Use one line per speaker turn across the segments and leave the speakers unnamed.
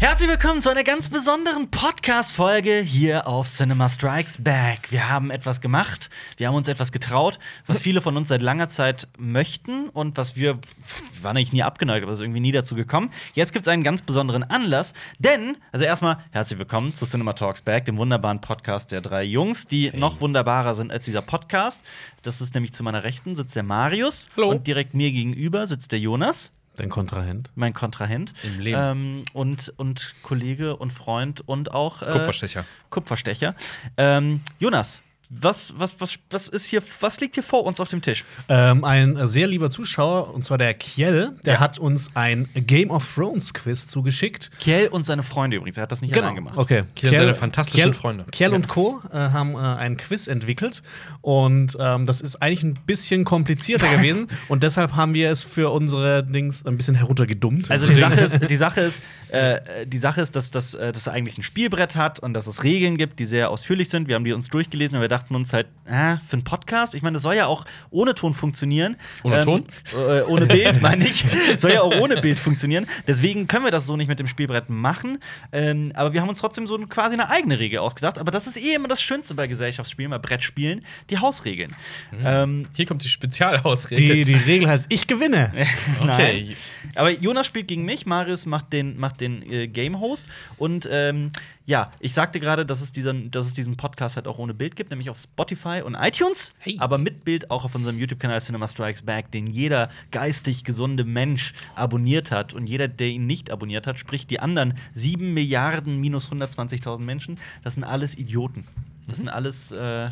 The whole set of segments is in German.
Herzlich willkommen zu einer ganz besonderen Podcast-Folge hier auf Cinema Strikes Back. Wir haben etwas gemacht, wir haben uns etwas getraut, was viele von uns seit langer Zeit möchten und was wir, pff, waren eigentlich nie abgeneigt, aber ist irgendwie nie dazu gekommen. Jetzt gibt es einen ganz besonderen Anlass, denn, also erstmal herzlich willkommen zu Cinema Talks Back, dem wunderbaren Podcast der drei Jungs, die noch wunderbarer sind als dieser Podcast. Das ist nämlich zu meiner Rechten sitzt der Marius
Hallo.
und direkt mir gegenüber sitzt der Jonas
Dein Kontrahent.
mein Kontrahent.
Im Leben.
Ähm, und, und Kollege und Freund und auch. Äh,
Kupferstecher.
Kupferstecher. Ähm, Jonas, was, was, was, was ist hier, was liegt hier vor uns auf dem Tisch?
Ähm, ein äh, sehr lieber Zuschauer, und zwar der Kjell, der
Ja.
hat uns ein Game of Thrones Quiz zugeschickt. Genau.
Kiel und seine Freunde übrigens, er hat das nicht allein gemacht.
Okay.
Kjell und seine fantastischen
Kjell,
Freunde.
Kjell und Co. Äh, haben äh, ein Quiz entwickelt. Und ähm, das ist eigentlich ein bisschen komplizierter gewesen. Und deshalb haben wir es für unsere Dings ein bisschen heruntergedummt.
Also die Sache ist, die Sache ist, äh, äh, die Sache ist dass das äh, dass es eigentlich ein Spielbrett hat und dass es Regeln gibt, die sehr ausführlich sind. Wir haben die uns durchgelesen und wir dachten uns halt, äh, für einen Podcast, ich meine, das soll ja auch ohne Ton funktionieren.
Ohne Ton?
Äh, ohne Bild, meine ich. soll ja auch ohne Bild funktionieren. Deswegen können wir das so nicht mit dem Spielbrett machen. Ähm, aber wir haben uns trotzdem so ein- quasi eine eigene Regel ausgedacht. Aber das ist eh immer das Schönste bei Gesellschaftsspielen, bei Brettspielen, die Hausregeln.
Hm.
Ähm,
Hier kommt die Spezialausrede.
die, die Regel heißt, ich gewinne.
okay.
aber Jonas spielt gegen mich, Marius macht den, macht den äh, Game Host. Und ähm, ja, ich sagte gerade, dass, es diesen- dass es diesen Podcast halt auch ohne Bild gibt, nämlich auf Spotify und iTunes,
Hey.
aber mit Bild auch auf unserem YouTube-Kanal Cinema Strikes Back, den jeder geistig gesunde Mensch abonniert hat. Und jeder, der ihn nicht abonniert hat, sprich die anderen 7 Milliarden minus 120.000 Menschen, das sind alles Idioten. Das sind alles, äh,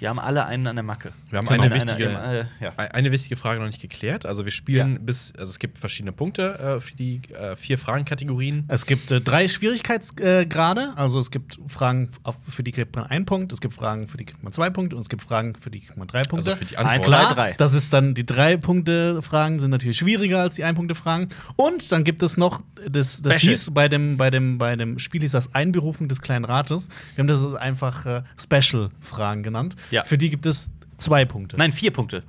die haben alle einen an der Macke.
Wir haben
Genau.
eine wichtige,
äh, ja.
e- eine wichtige Frage noch nicht geklärt. Also wir spielen
Ja.
bis, also es gibt verschiedene Punkte äh, für die äh, vier Fragenkategorien.
Es gibt äh, drei Schwierigkeitsgrade. Also es gibt Fragen, auf, für die kriegt man einen Punkt, es gibt Fragen, für die kriegt man zwei Punkte und es gibt Fragen, für die kriegt man drei Punkte.
Also für die Antwort.
Eins, klar,
Zwei, drei.
Das ist dann die drei Punkte Fragen sind natürlich schwieriger als die ein Punkte Fragen. Und dann gibt es noch das,
Special.
das hieß bei dem bei dem bei dem Spiel hieß das Einberufen des kleinen Rates. Wir haben das einfach äh, Special Fragen genannt.
Ja.
Für die gibt es zwei Punkte.
Nein, vier Punkte.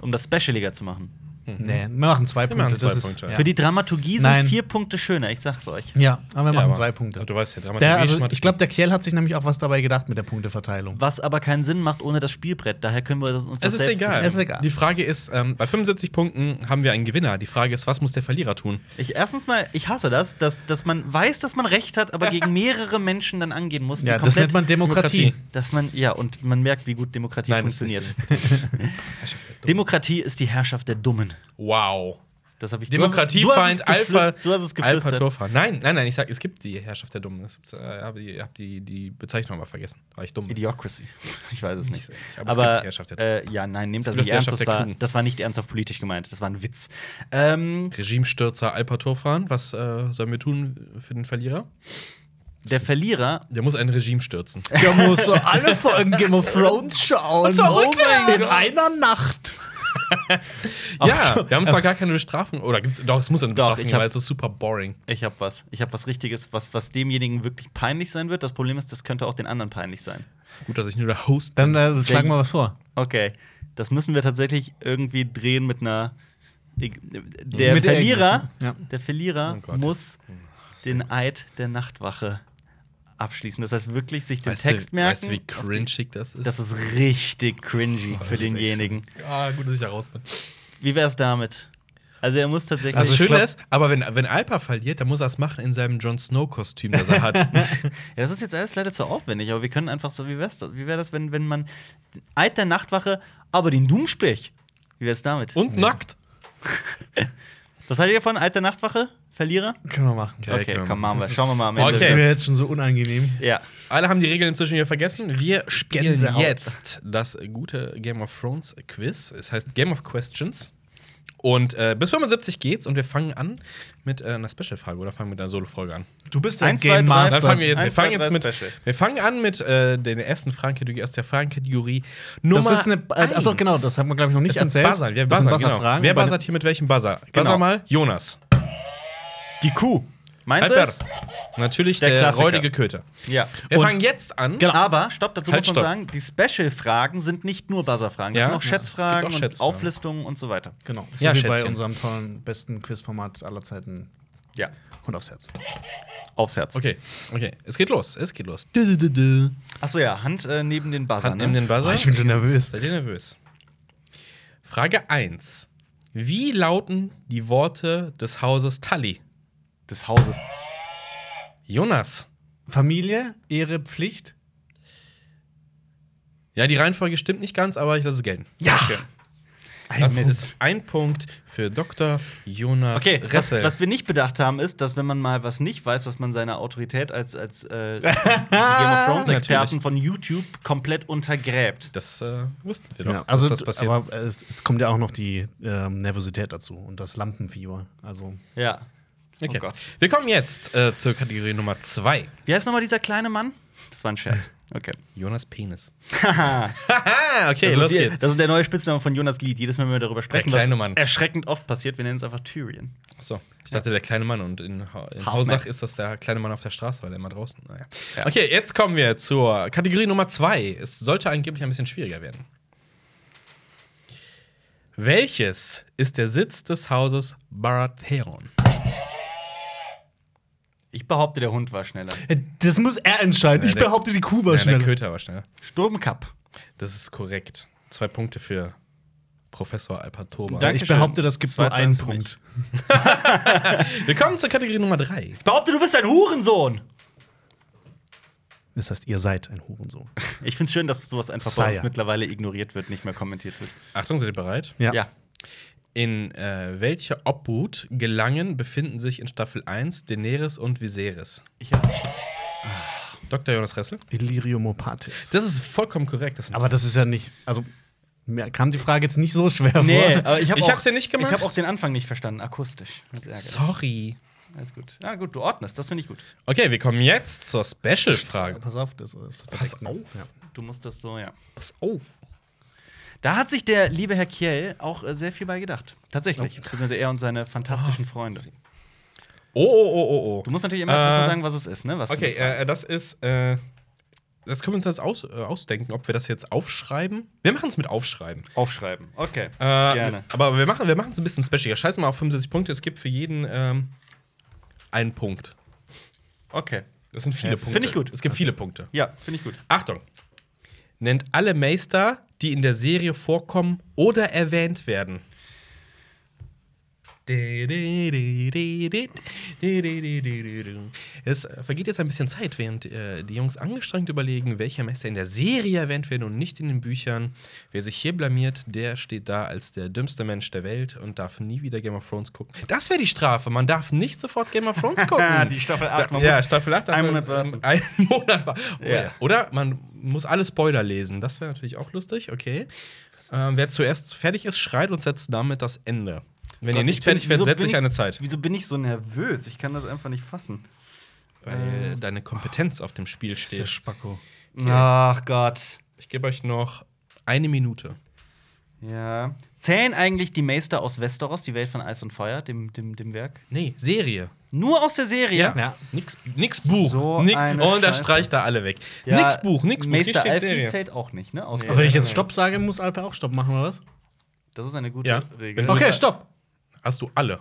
Um das specialiger zu machen.
nee, wir machen zwei
Wir
Punkte.
machen zwei
das
Punkte.
Ist,
Für die Dramaturgie sind
Nein.
vier Punkte schöner, ich sag's euch.
ja. ja, aber
Ja,
wir machen
aber-
zwei Punkte.
Aber Du weißt ja, Dramaturgie
Der, also,
schmeckt-
ich glaube, der Kerl hat sich nämlich auch was dabei gedacht mit der Punkteverteilung.
Was aber keinen Sinn macht ohne das Spielbrett. Daher können wir das uns das
es ist
selbst
egal.
Es ist egal.
Die Frage ist, ähm, bei 75 Punkten haben wir einen Gewinner. Die Frage ist, was muss der Verlierer tun?
Ich, erstens mal, ich hasse das, dass, dass man weiß, dass man recht hat, aber gegen mehrere Menschen dann angehen muss. die
Ja, das
komplett-
nennt man Demokratie.
Demokratie.
dass man ja und man merkt, wie gut Demokratie
Nein, das ist
funktioniert.
Herrschaft der Dummen.
Demokratie ist die Herrschaft der Dummen.
Wow.
Das habe ich du hast es- du hast es
Demokratiefeind,
geflüst-
Alpha,
Du hast es
Alpha
geflüstert.
Turfa. Nein, nein, nein, ich sag, es gibt die Herrschaft der Dummen. Ich äh, habe die, hab die, die Bezeichnung aber vergessen, weil ich dumm bin.
Idiocracy. Ich weiß es nicht.
Ich-
Aber,
aber es gibt die Herrschaft
äh, ja, nein, nehmt das
gibt
nicht
auch die
ernst.
Herrschaft
Das
der
war,
Klugen.
das war nicht ernsthaft politisch gemeint. Das war ein Witz. Ähm,
Regimestürzer Alpa Turfan, was äh, sollen wir tun für den Verlierer?
der Verlierer
Der muss ein Regime stürzen.
Der muss so alle Folgen Game of Thrones schauen. Oh
Und so rückwärts.
In einer Nacht.
ja, wir haben zwar gar keine Bestrafung. Oder gibt's, doch, es muss eine
Doch,
Bestrafung
ich
geben,
hab-
weil es ist super boring.
Ich habe was. Ich habe was Richtiges, was, was demjenigen wirklich peinlich sein wird. Das Problem ist, das könnte auch den anderen peinlich sein.
Gut, dass ich nur der Host
Dann äh, schlagen wir was vor.
Okay. Das müssen wir tatsächlich irgendwie drehen mit einer. Ich- Der
Mit
Verlierer,
Ereignissen, ja.
der Verlierer
Oh Gott.
muss den Eid der Nachtwache abschließen. Das heißt wirklich sich den
Weißt du-
Text merken.
Weißt du, wie cringy das ist? Oh,
das ist richtig cringy für denjenigen.
ah, gut, dass ich da raus bin.
Wie wär's damit? Also er muss tatsächlich.
Das
Also ich
Schöne
glaub-
ist, aber wenn, wenn Alpa verliert, dann muss er es machen in seinem Jon Snow-Kostüm, das er hat.
Ja, das ist jetzt alles leider zu aufwendig, aber wir können einfach so, wie wär's das, wie wär das wenn, wenn man Eid der Nachtwache, aber den Doom spricht? Wie wär's damit?
Und nackt.
Was haltet ihr von Eid der Nachtwache? Verlierer?
Können wir machen.
Okay, können wir
komm, machen wir.
Das ist-
Schauen wir mal am
Das
Ende.
ist
Okay.
mir jetzt schon so unangenehm.
Ja.
Alle haben die Regeln inzwischen wieder vergessen. Wir spielen
Gänsehaut.
jetzt das gute Game of Thrones Quiz. Es heißt Game of Questions. Und äh, bis 75 geht's und wir fangen an mit äh, einer Special-Frage oder fangen mit einer Solo-Folge an.
Du bist
ein Game Master.
Dann fangen wir jetzt, wir
Eins,
fangen
zwei,
jetzt
drei
mit,
Special.
wir fangen an mit äh, der ersten Fragenkategorie aus der Fragenkategorie Nummer
Das ist eine. Äh, achso,
eins.
genau, das haben wir, glaube ich, noch
Das
nicht
sind
erzählt.
Buzzern. Wir
das sind
buzzern, genau.
Buzzerfragen.
Wer
Bei
buzzert hier mit welchem Buzzer?
Genau.
Buzzer mal, Jonas.
Die Kuh. Meinst du?
Halber.
es?
Natürlich
Der
der,
Klassiker.
räudige Köter.
Ja.
Wir
Und-
fangen jetzt an.
Genau.
Aber, stopp, dazu
Halt,
muss man
stopp.
sagen, die Special-Fragen sind nicht nur Buzzer-Fragen.
Ja,
das sind auch
es- es gibt auch
Schätzfragen und
Schätzfragen.
Auflistungen und so weiter.
den- Genau. So
Ja,
wie bei
Schätzchen.
unserem tollen, besten Quizformat aller Zeiten.
Ja.
Hund aufs Herz.
aufs Herz.
Okay, okay. Es geht los, es geht los. Dü, dü, dü, dü.
Achso, ja, Hand äh, neben den Buzzer.
Hand neben den Buzzer.
Boah, Ah, ich bin schon nervös.
Seid ihr nervös? Frage 1. Wie lauten die Worte des Hauses Tully?
des Hauses.
Jonas.
Familie, Ehre, Pflicht.
Ja, die Reihenfolge stimmt nicht ganz, aber ich lasse es gelten.
Ja!
Okay.
Ein
Das
Mist.
ist ein Punkt für Dr. Jonas
Okay, was,
Ressel.
was wir nicht bedacht haben, ist, dass wenn man mal was nicht weiß, dass man seine Autorität als, als äh, die Game of Thrones-Experten
Natürlich.
von YouTube komplett untergräbt.
das äh, wussten wir doch,
Ja, also,
dass das passiert.
aber es, es kommt ja auch noch die ähm, Nervosität dazu und das Lampenfieber. Also,
Ja.
okay.
Oh Gott.
wir kommen jetzt äh, zur Kategorie Nummer 2.
Wie heißt nochmal dieser kleine Mann? Das war ein Scherz. Okay.
Jonas Penis.
Haha.
Haha, okay,
das,
los
ist hier-
geht's.
das ist der neue Spitzname von Jonas Lied. Jedes Mal, wenn wir darüber sprechen, was
kleine Mann.
erschreckend oft passiert, wir nennen es einfach Tyrion.
So, ich dachte, der kleine Mann und in, Ha- in
Halfman.
Hausach ist das der kleine Mann auf der Straße, weil er immer draußen. Naja.
Ja.
Okay, jetzt kommen wir zur Kategorie Nummer zwei. Es sollte angeblich ein bisschen schwieriger werden. Welches ist der Sitz des Hauses Baratheon?
Ich behaupte, der Hund war schneller.
Äh, das muss er entscheiden.
Ja,
ich
der-
behaupte, die Kuh
Ja,
war
der
schneller.
Köter war schneller.
Sturmkapp.
Das ist korrekt. Zwei Punkte für Professor Alpatoba.
Danke.
ich behaupte, das also gibt
Zwei
nur
zu
einen
eins für mich.
Punkt.
Wir kommen zur Kategorie Nummer drei.
Behaupte, du bist ein Hurensohn!
Das heißt, ihr seid ein Hurensohn.
Ich find's schön, dass sowas einfach bei uns
Sire.
mittlerweile ignoriert wird, nicht mehr kommentiert wird.
Achtung, seid ihr bereit?
Ja.
In äh, welcher Obhut gelangen befinden sich in Staffel 1 Daenerys und Viserys?
Ich,
Dr. Jonas Ressel?
Illyrium opatis.
Das ist vollkommen korrekt. Das sind-
Aber das ist ja nicht. Also, mir kam die Frage jetzt nicht so schwer
nee,
vor.
aber ich, hab
Ich
auch,
hab's ja nicht gemacht.
Ich habe auch den Anfang nicht verstanden, akustisch. Das ärgert.
Sorry.
Alles gut. Ja, gut, du ordnest, das finde ich gut.
Okay, wir kommen jetzt zur Special-Frage.
Pass auf, das ist.
Pass
verdeckt, ne?
auf.
Ja.
Du musst das so, ja.
Pass auf.
Da hat sich der liebe Herr Kiel auch äh, sehr viel bei gedacht. Tatsächlich. Beziehungsweise er und seine fantastischen Freunde.
Oh, oh, oh, oh, oh.
Du musst natürlich immer
Äh,
nur sagen, was es ist, ne? Was für eine
Okay,
Frage.
äh, das ist. Äh, das können wir uns jetzt aus, äh, ausdenken, ob wir das jetzt aufschreiben. Wir machen es mit Aufschreiben.
Aufschreiben. Okay.
Äh,
Gerne.
Aber wir machen wir es ein bisschen specialer. Scheiß mal auf 75 Punkte. Es gibt für jeden ähm, einen Punkt.
Okay.
Das sind viele
Ja,
Punkte.
find Äh, ich gut.
Es gibt viele Punkte.
Ja, finde ich gut.
Achtung. Nennt alle Meister, die in der Serie vorkommen oder erwähnt werden. Es äh, vergeht jetzt ein bisschen Zeit, während äh, die Jungs angestrengt überlegen, welcher Meister in der Serie erwähnt werden und nicht in den Büchern. Wer sich hier blamiert, der steht da als der dümmste Mensch der Welt und darf nie wieder Game of Thrones gucken. Das wäre die Strafe. Man darf nicht sofort Game of Thrones gucken.
Ah, Die Staffel acht, man
ja,
muss
Staffel 8.
einen Monat warten.
Ein Monat war. Oh,
Ja.
ja. Oder man muss alle Spoiler lesen. Das wäre natürlich auch lustig, okay. Ähm, wer zuerst fertig ist, schreit und setzt damit das Ende. Wenn ihr
Gott,
nicht
ich bin-
fertig werdet,
wieso
setze
bin
ich eine Zeit.
Wieso bin ich so nervös? Ich kann das einfach nicht fassen.
Weil
Ah.
deine Kompetenz auf dem Spiel steht.
Spacko.
Ach Gott.
Ich gebe euch noch eine Minute.
Ja. Zählen eigentlich die Meister aus Westeros, die Welt von Eis und Feuer, dem, dem, dem Werk?
Nee, Serie.
Nur aus der Serie?
Ja.
Nix, nix Buch.
So
nix,
eine
und da
Scheiße.
streicht da alle weg.
Ja,
nix Buch, nix Buch. hier
Meister
steht
Alfie
Serie.
zählt auch nicht, ne? Aus
Aber wenn ich jetzt Stopp sage, muss Alpe auch Stopp machen, oder was?
Das ist eine gute
Ja.
Regel.
Wenn du-
Okay.
Okay,
Stopp.
Hast du alle?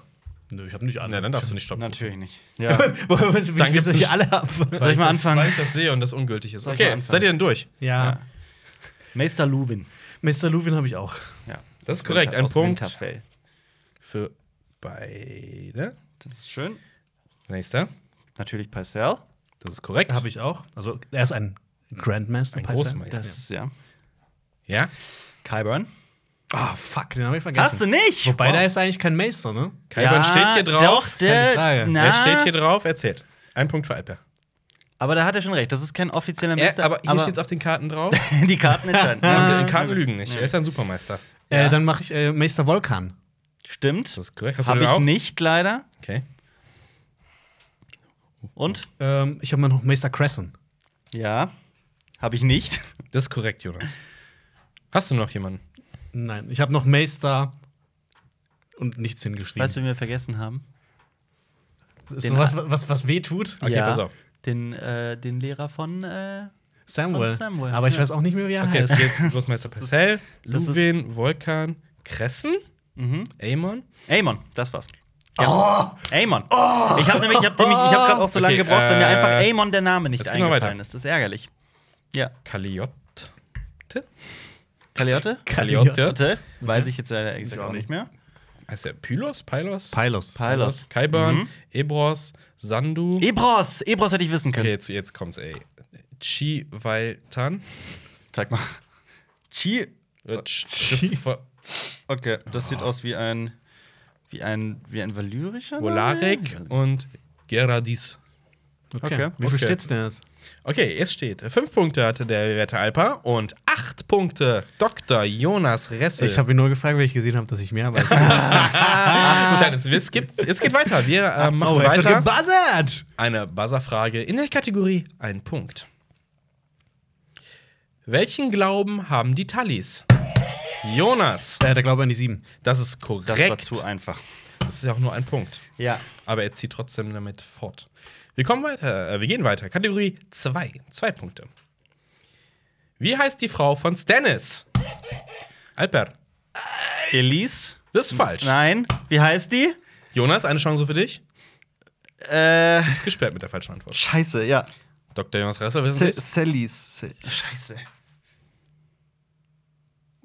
Nö, ich habe nicht alle.
Na, dann darfst du nicht stoppen.
Natürlich nicht. Ja.
Dann
gibt's
gibt es
einen
nicht alle ab.
Soll ich mal
das-
anfangen?
Weil ich das sehe und das ungültig ist.
Soll ich mal
Okay,
anfangen?
seid ihr denn durch?
Ja.
Meister Luwin.
Mr. Luvin habe ich auch.
Ja.
Das ist korrekt. Ein
Aus
Punkt
Winterfell.
für beide.
Das ist schön.
Nächster.
Natürlich Pycelle.
Das ist korrekt.
Habe ich auch. Also, er ist ein Grandmaster.
Ein
heißt er?
Großmeister.
Das, ja.
Ja.
Kyburn.
Ah, fuck, den habe ich vergessen.
Hast du nicht?
Wobei,
Wow.
da ist eigentlich kein Meister, ne?
Kalbern steht hier drauf.
Doch,
halt die
der,
Frage.
na,
Er steht hier drauf, er zählt. Ein Punkt für Alper.
Aber da hat er schon recht. Das ist kein offizieller
Er,
Meister.
aber hier steht es auf den Karten drauf.
die Karten entscheiden.
Und
Ja.
die Karten lügen nicht. Er ist ein Supermeister.
Äh, dann mache ich äh, Meister Volkan.
Stimmt.
Das ist korrekt. Hast du
Habe
den
ich
auch?
nicht, leider.
Okay.
Und?
Ähm, ich habe mal noch Meister Crescent.
Ja. Habe ich nicht.
Das ist korrekt, Jonas. Hast du noch jemanden?
Nein, ich habe noch Meister und nichts hingeschrieben.
Weißt du, wen wir vergessen haben?
ist
den-
so was, was, was weh tut?
Okay, pass auf.
Den, äh, den Lehrer von. Äh,
Samuel.
Von Samuel,
Aber ich
ja.
weiß auch nicht mehr, wie
Ah,
er
Okay, es
heißt.
geht Großmeister Percel,
das ist-
Luwin, Volkan, Kressen,
mhm.
Amon,
Amon, das war's. Ja. Oh. Amon. Ich habe nämlich, ich habe nämlich, ich habe gerade auch so lange
Okay,
gebraucht, wenn mir
äh,
einfach Amon der Name nicht
jetzt gehen wir weiter.
eingefallen ist. Das ist ärgerlich. Ja.
Kaliotte?
Kaliote?
Kaliotte?
Kaliote? Weiß ich jetzt leider exakt
auch
auch nicht mehr.
Heißt der Pylos? Pylos?
Pylos.
Pylos.
Kaiburn,
Mhm.
Ebros, Sandu.
Ebros! Ebros hätte ich wissen
okay,
können.
jetzt, jetzt kommt's, ey. Chivaltan.
Sag mal. Chi.
Äh, Ch-
Chi-
Ch-
Okay, das sieht aus wie ein. Wie ein, wie ein valyrischer? Name?
Volarek und Geradis.
Okay.
Wie viel
Okay.
steht's denn jetzt?
Okay, es steht. äh, Fünf Punkte hatte der Werte Alpa und acht Punkte Dr. Jonas Ressel.
Ich habe ihn nur gefragt, weil ich gesehen habe, dass ich mehr weiß.
ah, kleines Wiss. Gibt's, es geht weiter. Wir äh,
oh,
machen weiter.
gebuzzert!
Eine Buzzerfrage in der Kategorie ein Punkt. Welchen Glauben haben die Tallis? Jonas,
Äh, der Glaube an die Sieben.
das ist korrekt.
Das war zu einfach.
Das ist ja auch nur ein Punkt.
Ja.
Aber er zieht trotzdem damit fort. Wir kommen weiter. Äh, wir gehen weiter. Kategorie 2. Zwei Punkte. Wie heißt die Frau von Stannis? Alper.
Elise?
Das ist falsch.
Nein. Wie heißt die?
Jonas, eine Chance für dich.
Äh.
Ist gesperrt mit der falschen Antwort.
Scheiße, ja.
Dr. Jonas Resser, wissen Sie
Se-
es?
Sallys.
Scheiße.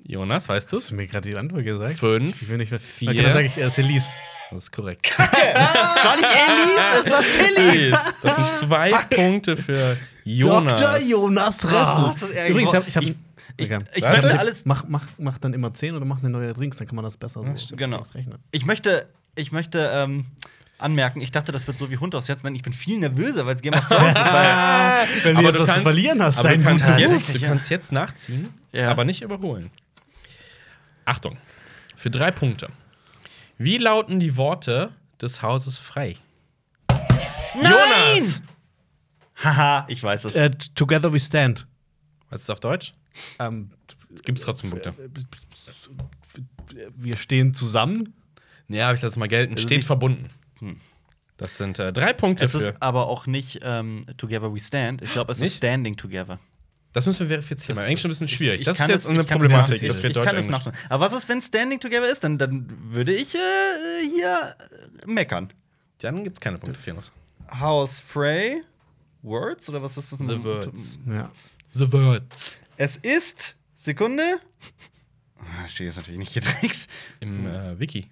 Jonas, weißt du
Hast
es?
du mir gerade die Antwort gesagt?
Fünf,
Wie viel nicht?
vier.
Okay, dann sage ich äh, Celise.
Das ist korrekt.
War nicht Ellis, es war
Äh,
Sallys.
Yes. Das sind zwei Punkte für Jonas.
Dr. Jonas
Ah,
Oh,
Ressel.
ist das ärgerlich.
Übrigens, hab, ich habe.
ich- ich
möchte
alles-
Mach, mach, mach dann immer 10 oder mach eine neue Drinks, dann kann man das besser so
stimmt. Genau.
ausrechnen.
Ich möchte, ich möchte ähm, anmerken, ich dachte, das wird so wie Hund aus jetzt. Ich bin viel nervöser, weil es Game of Thrones ist. Weil,
Wenn du
Aber
jetzt
du
was
kannst-
zu verlieren hast,
Aber du
dein
kannst,
guter Ruf.
jetzt, du
Tatsächlich, ja.
kannst jetzt nachziehen,
Ja.
aber nicht überholen. Achtung, für drei Punkte. Wie lauten die Worte des Hauses frei? Jonas!
Haha, ich weiß es.
Äh, together we stand.
Was ist auf Deutsch?
Ähm,
Gibt es trotzdem Punkte.
wir stehen zusammen.
Ja, aber ich lasse es mal gelten. Steht
nicht-
verbunden. Das sind äh, drei Punkte
Also Hm. es
für.
ist aber auch nicht ähm, Together We Stand. Ich glaube, es
Nicht?
ist Standing Together.
Das müssen wir verifizieren. weil
Das-
Englisch ist ein bisschen schwierig.
Ich
das ist
kann
jetzt
es-
eine
ich kann es
Problematik,
nachvollziehen.
dass wir
Ich kann es
Deutsch-Englisch.
nachvollziehen. Aber was ist, wenn Standing Together ist? Dann, dann würde ich äh, hier äh, meckern.
Dann gibt es keine Punkte für Jonas.
House Frey? Words? Oder was ist das?
The Words.
Ja.
The Words.
Es ist. Sekunde. Ah, Steht jetzt natürlich nicht gedreht.
Im äh, Wiki.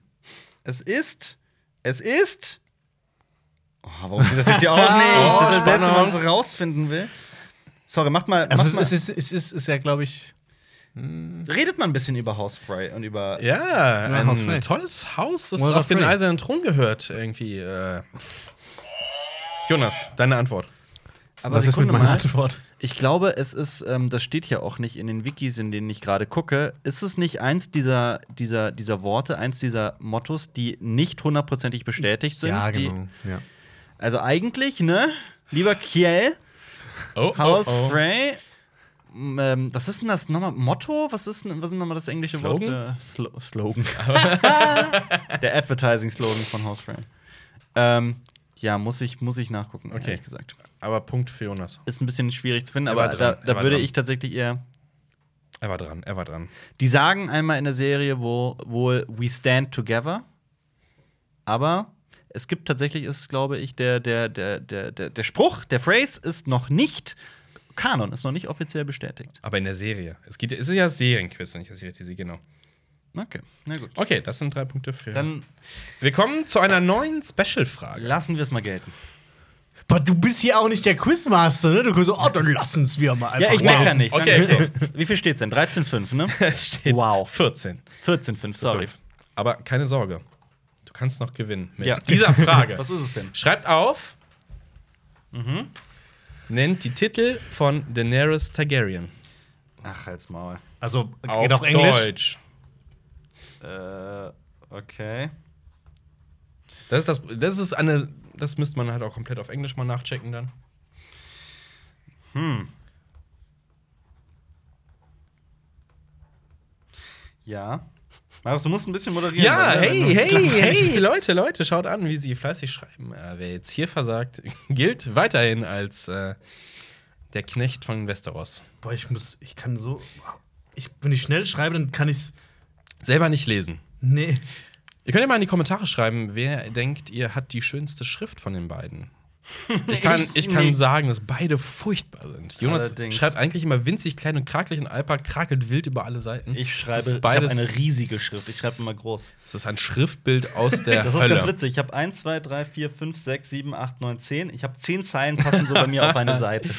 Es ist. Es ist. Oh, warum steht das jetzt hier auch noch nicht?
Oh,
das ist das Beste, wenn man
Spannung.
so rausfinden will. Sorry, macht mal. Macht
Also, es,
mal
es, ist, es, ist, ist ja, glaube ich.
redet mal ein bisschen über Housefly und über.
Ja, ein
Haus frei.
tolles Haus, das
World
auf
of
den
Free.
eisernen Thron gehört, irgendwie. Äh. Jonas, deine Antwort.
Aber
Was ist mit
Sekunde
meiner
mal.
Antwort?
Ich glaube, es ist, ähm, das steht ja auch nicht in den Wikis, in denen ich gerade gucke. Ist es nicht eins dieser, dieser, dieser Worte, eins dieser Mottos, die nicht hundertprozentig bestätigt sind?
genau.
Ja.
Die, also eigentlich, ne? Lieber Kiel,
Oh,
House
oh, oh.
Frey. M, Ähm, was ist denn das nochmal? Motto? Was ist denn, was ist nochmal das englische
Slogan?
Wort für Slo Slogan? Der Advertising-Slogan von House Frey. Ähm, ja, muss ich, muss ich nachgucken,
Okay.
ehrlich gesagt.
Aber Punkt für Jonas.
Ist ein bisschen schwierig zu finden,
Er
aber
war dran,
da,
er
da
war
würde
dran.
ich tatsächlich eher.
Er war dran, er war dran.
Die sagen einmal in der Serie wo, wohl We Stand Together. Aber es gibt tatsächlich, ist, glaube ich, der, der, der, der, der, der Spruch, der Phrase ist noch nicht Kanon, ist noch nicht offiziell bestätigt.
Aber in der Serie. Es, geht, es ist ja Serienquiz, wenn ich das hier richtig sehe, genau.
Okay, na gut.
Okay, das sind drei Punkte für.
Dann
Wir kommen zu einer neuen Special-Frage.
lassen wir es mal gelten.
Aber du bist hier auch nicht der Quizmaster, ne? Du kannst so, oh, dann lass uns wir mal einfach.
Ja, ich
wow.
meckere nicht.
Okay,
Danke. Wie viel steht's denn? 13,5, ne?
Es steht
Wow.
14.
14,5, sorry.
Fünf. Aber keine Sorge. Du kannst noch gewinnen mit
Ja.
dieser Frage.
Was Mhm. ist es denn?
Schreibt auf. Nennt die Titel von Daenerys Targaryen.
Ach, halt's Maul.
Also,
Auf,
geht auf Englisch.
Deutsch.
Äh, okay.
Das ist das, das ist eine, das müsste man halt auch komplett auf Englisch mal nachchecken dann.
Hm. Ja. Markus, du musst ein bisschen moderieren.
Ja,
weil, ne, wenn
hey,
du-
hey, hey, Leute, Leute, schaut an, wie sie fleißig schreiben. Äh, wer jetzt hier versagt, gilt weiterhin als äh, der Knecht von Westeros.
Boah, ich muss, ich kann so. Ich, wenn ich schnell schreibe, dann kann ich's.
Selber nicht lesen.
Nee.
Ihr könnt ja mal in die Kommentare schreiben, wer denkt, ihr hat die schönste Schrift von den beiden. Ich kann, ich kann sagen, dass beide furchtbar sind. Jonas
Allerdings.
schreibt eigentlich immer winzig klein und krakelig und Alpa krakelt wild über alle Seiten.
Ich
Es
schreibe
ist
ich hab
beides.
eine riesige Schrift. Ich schreibe immer groß.
es ist ein Schriftbild aus der
Das ist
Hölle.
ganz witzig. Ich habe 1, 2, 3, 4, 5, 6, 7, 8, 9, 10. Ich habe 10 Zeilen passen so bei mir auf eine Seite.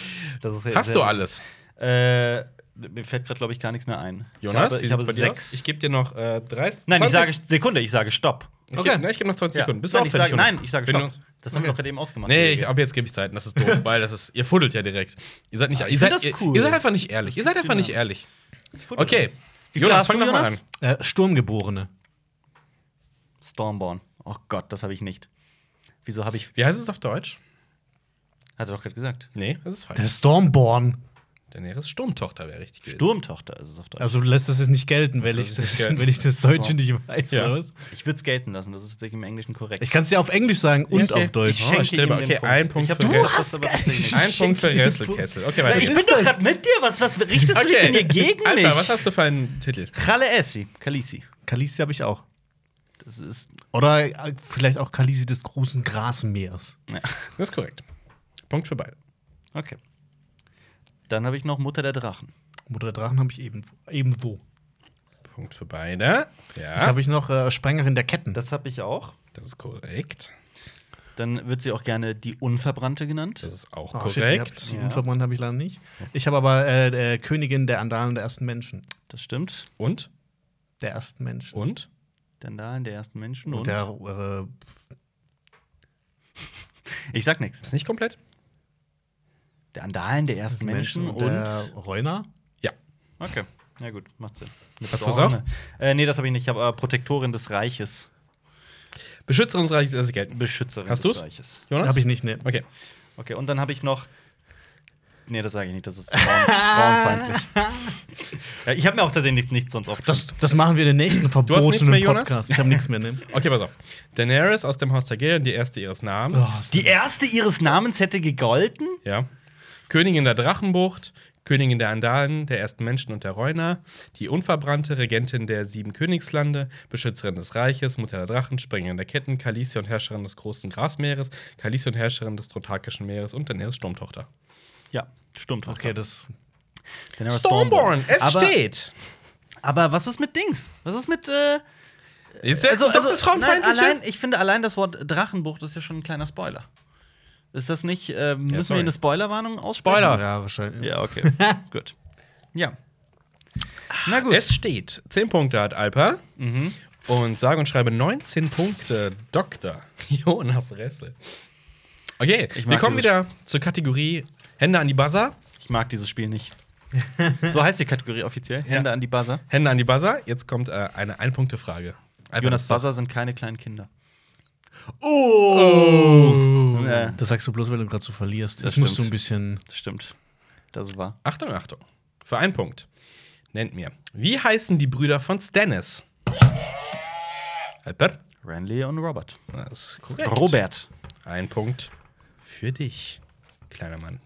Das ist sehr-
Hast
sehr-
du alles?
Äh, mir fällt gerade, glaube ich, gar nichts mehr ein.
Jonas,
ich habe, ich habe
sieht's bei dir aus?
sechs.
Ich gebe dir noch äh, drei.
nein, ich
20
sage Sekunde, ich sage Stopp.
Ich
Okay.
geb, nein, ich gebe noch 20 Sekunden. Bist du
nein,
auch
ich
fertig,
sage,
Jonas?
nein, ich sage
Bin
Stopp.
du-
Das haben wir doch gerade eben ausgemacht.
Nee, ich, ab jetzt gebe ich Zeiten. Das ist doof, weil das ist. Ihr fuddelt ja direkt. Ihr seid nicht.
Ah, ich
ihr,
find
seid,
das
ihr,
cool.
ihr seid einfach nicht ehrlich.
Das
Ihr seid
gibt
einfach
mir-
nicht ehrlich.
Ich wurde-
Okay,
Wie viel
Jonas,
hast du,
fang doch mal
Jonas?
an.
Äh, Sturmgeborene.
Stormborn. Oh Gott, das habe ich nicht. Wieso habe ich.
Wie heißt es auf Deutsch?
Hat er doch gerade gesagt.
Nee, das ist falsch.
Der Stormborn.
Der nähere ist Sturmtochter wäre richtig gewesen.
Sturmtochter ist es auf Deutsch.
Also du lässt das jetzt nicht gelten, weil
Das
ich
ist
das,
nicht gelten.
wenn ich das Deutsche nicht weiß.
Ja.
oder was?
ich würde es gelten lassen, das ist tatsächlich im Englischen korrekt. Oh,
Ich kann es dir auf Englisch sagen und
okay.
auf Deutsch.
Ich schenke ihm den Punkt. Ich hab- Du
hast aber tatsächlich
Ein
Ich
Punkt für
schenke dir
Rätselkessel. Okay,
nicht.
weiter
Ja, ich
geht's.
bin doch gerade mit dir. Was, was richtest du dich denn hier gegen mich?
Alter, was hast du für einen Titel?
Kralle Essi, Kalisi.
Kalisi habe ich auch.
Das ist.
Oder äh, vielleicht auch Kalisi des großen Grasmeers.
Ja.
Das ist korrekt. Punkt für beide.
Okay. Dann habe ich noch Mutter der Drachen.
Mutter der Drachen habe ich eben, ebenwo.
Punkt für beide.
Das
Ja,
habe ich noch äh, Sprengerin der Ketten.
Das habe ich auch.
das ist korrekt.
Dann wird sie auch gerne die Unverbrannte genannt.
Das ist auch
Oh, shit, die hab,
korrekt.
die
Ja.
Unverbrannt habe ich leider nicht. Ich habe aber äh, der Königin der Andalen der ersten Menschen.
Das stimmt.
Und?
Der ersten Menschen.
Und?
Dann da in der ersten Menschen und.
der äh,
ich sag nichts.
Ist nicht komplett?
Der Andalen der ersten Menschen, und.
der Reuner.
Ja.
okay. Ja, gut, macht Sinn. Mit
Hast du's
Dorne. Äh, nee, das habe ich nicht. Ich habe äh, Protektorin des Reiches.
Beschütze uns reiches erste Geld.
Beschützerin
Hast
des
du's?
Reiches.
Jonas?
Habe ich nicht, ne.
Okay.
Okay, und dann habe ich noch. Nee, das sage ich nicht, das ist frauen frauenfeindlich. ja, ich habe mir auch tatsächlich nichts, nichts sonst oft.
Das, das machen wir in den nächsten
nichts mehr,
verbotenen
Jonas?
Podcast. Ich habe nichts mehr, ne?
Okay, pass auf. Daenerys aus dem Haus Targaryen, die erste ihres Namens.
die erste ihres Namens hätte gegolten?
Oh.
Ja. Königin der Drachenbucht, Königin der Andalen, der ersten Menschen und der Reuner, die unverbrannte Regentin der sieben Königslande, Beschützerin des Reiches, Mutter der Drachen, Springerin der Ketten, Kalisi und Herrscherin des großen Grasmeeres, Kalisi und Herrscherin des Trotakischen Meeres und Daenerys Sturmtochter.
Ja, stimmt.
Okay, das.
Daenerys aber,
aber steht!
Aber was ist mit Dings? Was ist mit. Äh,
Jetzt setzt also, doch das
nein,
Frauenfeindliche.
allein, ich finde allein das Wort Drachenbucht ist ja schon ein kleiner Spoiler. Ist das nicht. Äh, müssen wir
sorry.
hier eine Spoilerwarnung aussprechen?
Spoiler. Ja.
Ja, wahrscheinlich.
Ja, okay. gut. Ja. Na gut.
es steht. Zehn Punkte hat Alpa. Und sage und schreibe 19 Punkte Dr. Jonas Ressel. Okay,
Ich mag
wir kommen
dieses-
wieder zur Kategorie Hände an die Buzzer.
Ich mag dieses Spiel nicht. so heißt die Kategorie offiziell. Hände
Ja.
an die Buzzer.
Hände an die Buzzer. Jetzt kommt äh, eine Ein-Punkte-Frage. Alper,
Jonas
das ist
Buzzer sind keine kleinen Kinder.
Oh!
Ja.
Das sagst du bloß, weil du gerade so verlierst. Das,
Das
musst du
stimmt.
ein bisschen.
Das stimmt. Das ist wahr.
doch- Achtung, Achtung. Für einen Punkt. Nennt mir. Wie heißen die Brüder von Stannis? Alper?
Renly und Robert.
Das ist korrekt.
Robert.
Ein Punkt für dich, kleiner Mann.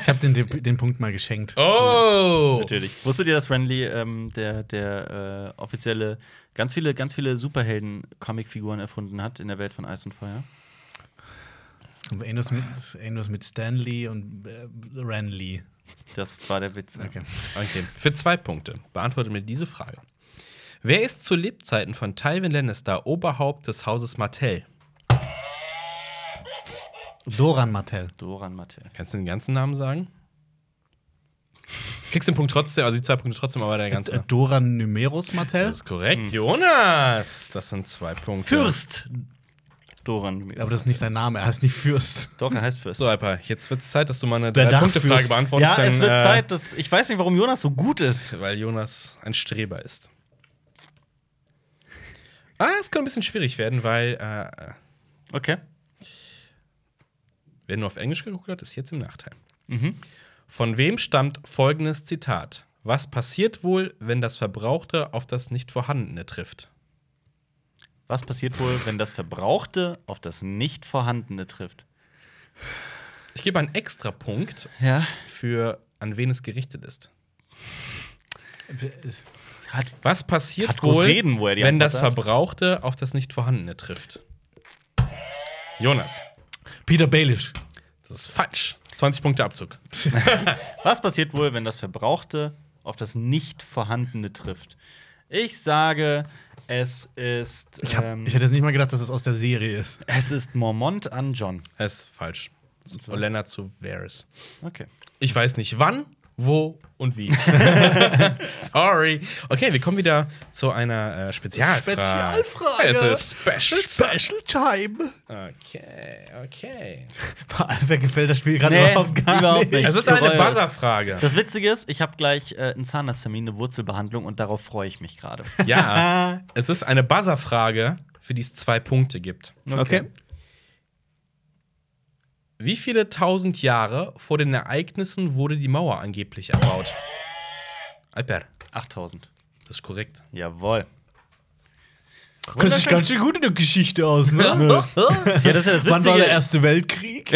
Ich habe den, den Punkt mal geschenkt.
Oh!
Natürlich. Wusstet ihr, dass Renly ähm, der, der äh, offizielle ganz viele, ganz viele Superhelden-Comicfiguren erfunden hat in der Welt von Eis und Feuer?
Und Irgendwas mit, irgendwas mit Stanley und äh, Ranley.
Das war der Witz.
Okay.
Okay. Für zwei Punkte beantwortet mir diese Frage. Wer ist zu Lebzeiten von Tywin Lannister Oberhaupt des Hauses Martell?
Doran Martell.
Doran Mattel.
Kannst du den ganzen Namen sagen? Kriegst den Punkt trotzdem, also die zwei Punkte trotzdem, aber der ganze
Äh, Doran Numerus Martell.
Das ist korrekt. Jonas! Das sind zwei Punkte.
Hm. Fürst! Doran.
Aber das ist nicht sein Name, er heißt nicht Fürst.
Doch, er heißt Fürst.
So, Alper, jetzt wird's Zeit, dass du mal eine
Wer darf
Drei-Punkte-Frage
Fürst?
beantwortest.
ja, es
denn,
wird
äh,
Zeit, dass. Ich weiß nicht, warum Jonas so gut ist.
Weil Jonas ein Streber ist. Ah, es kann ein bisschen schwierig werden, weil äh,
Okay.
wer nur auf Englisch geguckt hat, ist jetzt im Nachteil.
Mhm.
Von wem stammt folgendes Zitat? Was passiert wohl, wenn das Verbrauchte auf das Nicht-Vorhandene trifft?
Was passiert wohl, wenn das Verbrauchte auf das Nicht-Vorhandene trifft?
Ich gebe einen extra Punkt
Ja.
für an wen es gerichtet ist.
Hat,
Was passiert
Hat groß
wohl,
reden, wo er die
wenn
Antwort
das
hat.
Verbrauchte auf das nicht Vorhandene trifft? Jonas,
Peter Baelish.
das ist falsch. 20 Punkte Abzug.
was passiert wohl, wenn das Verbrauchte auf das nicht vorhandene trifft? Ich sage, es ist,
Ich, hab,
ähm,
ich hätte jetzt nicht mal gedacht, dass es aus der Serie ist.
es ist Mormont an John.
Es ist falsch. Das ist Olena zu Varys.
Okay.
Ich weiß nicht wann, wo und wie. Sorry. Okay, wir kommen wieder zu einer äh, Spezialfrage.
Spezialfrage.
Es ist Special.
Special Time.
Okay, okay.
Vor allem, wer gefällt das Spiel gerade
Nee,
überhaupt gar
überhaupt
nicht.
nicht.
Es ist eine
bereue es.
Buzzerfrage.
Das Witzige ist, ich habe gleich äh, einen Zahnarzttermin, eine Wurzelbehandlung und darauf freue ich mich gerade.
Ja, es ist eine Buzzerfrage, für die es zwei Punkte gibt.
Okay.
Wie viele tausend Jahre vor den Ereignissen wurde die Mauer angeblich erbaut? Alper,
8000.
das ist korrekt.
Jawohl.
Kennst dich ganz schön gut in der Geschichte aus, ne?
Ja, das ist ja das Witzige.
Wann war der Erste Weltkrieg?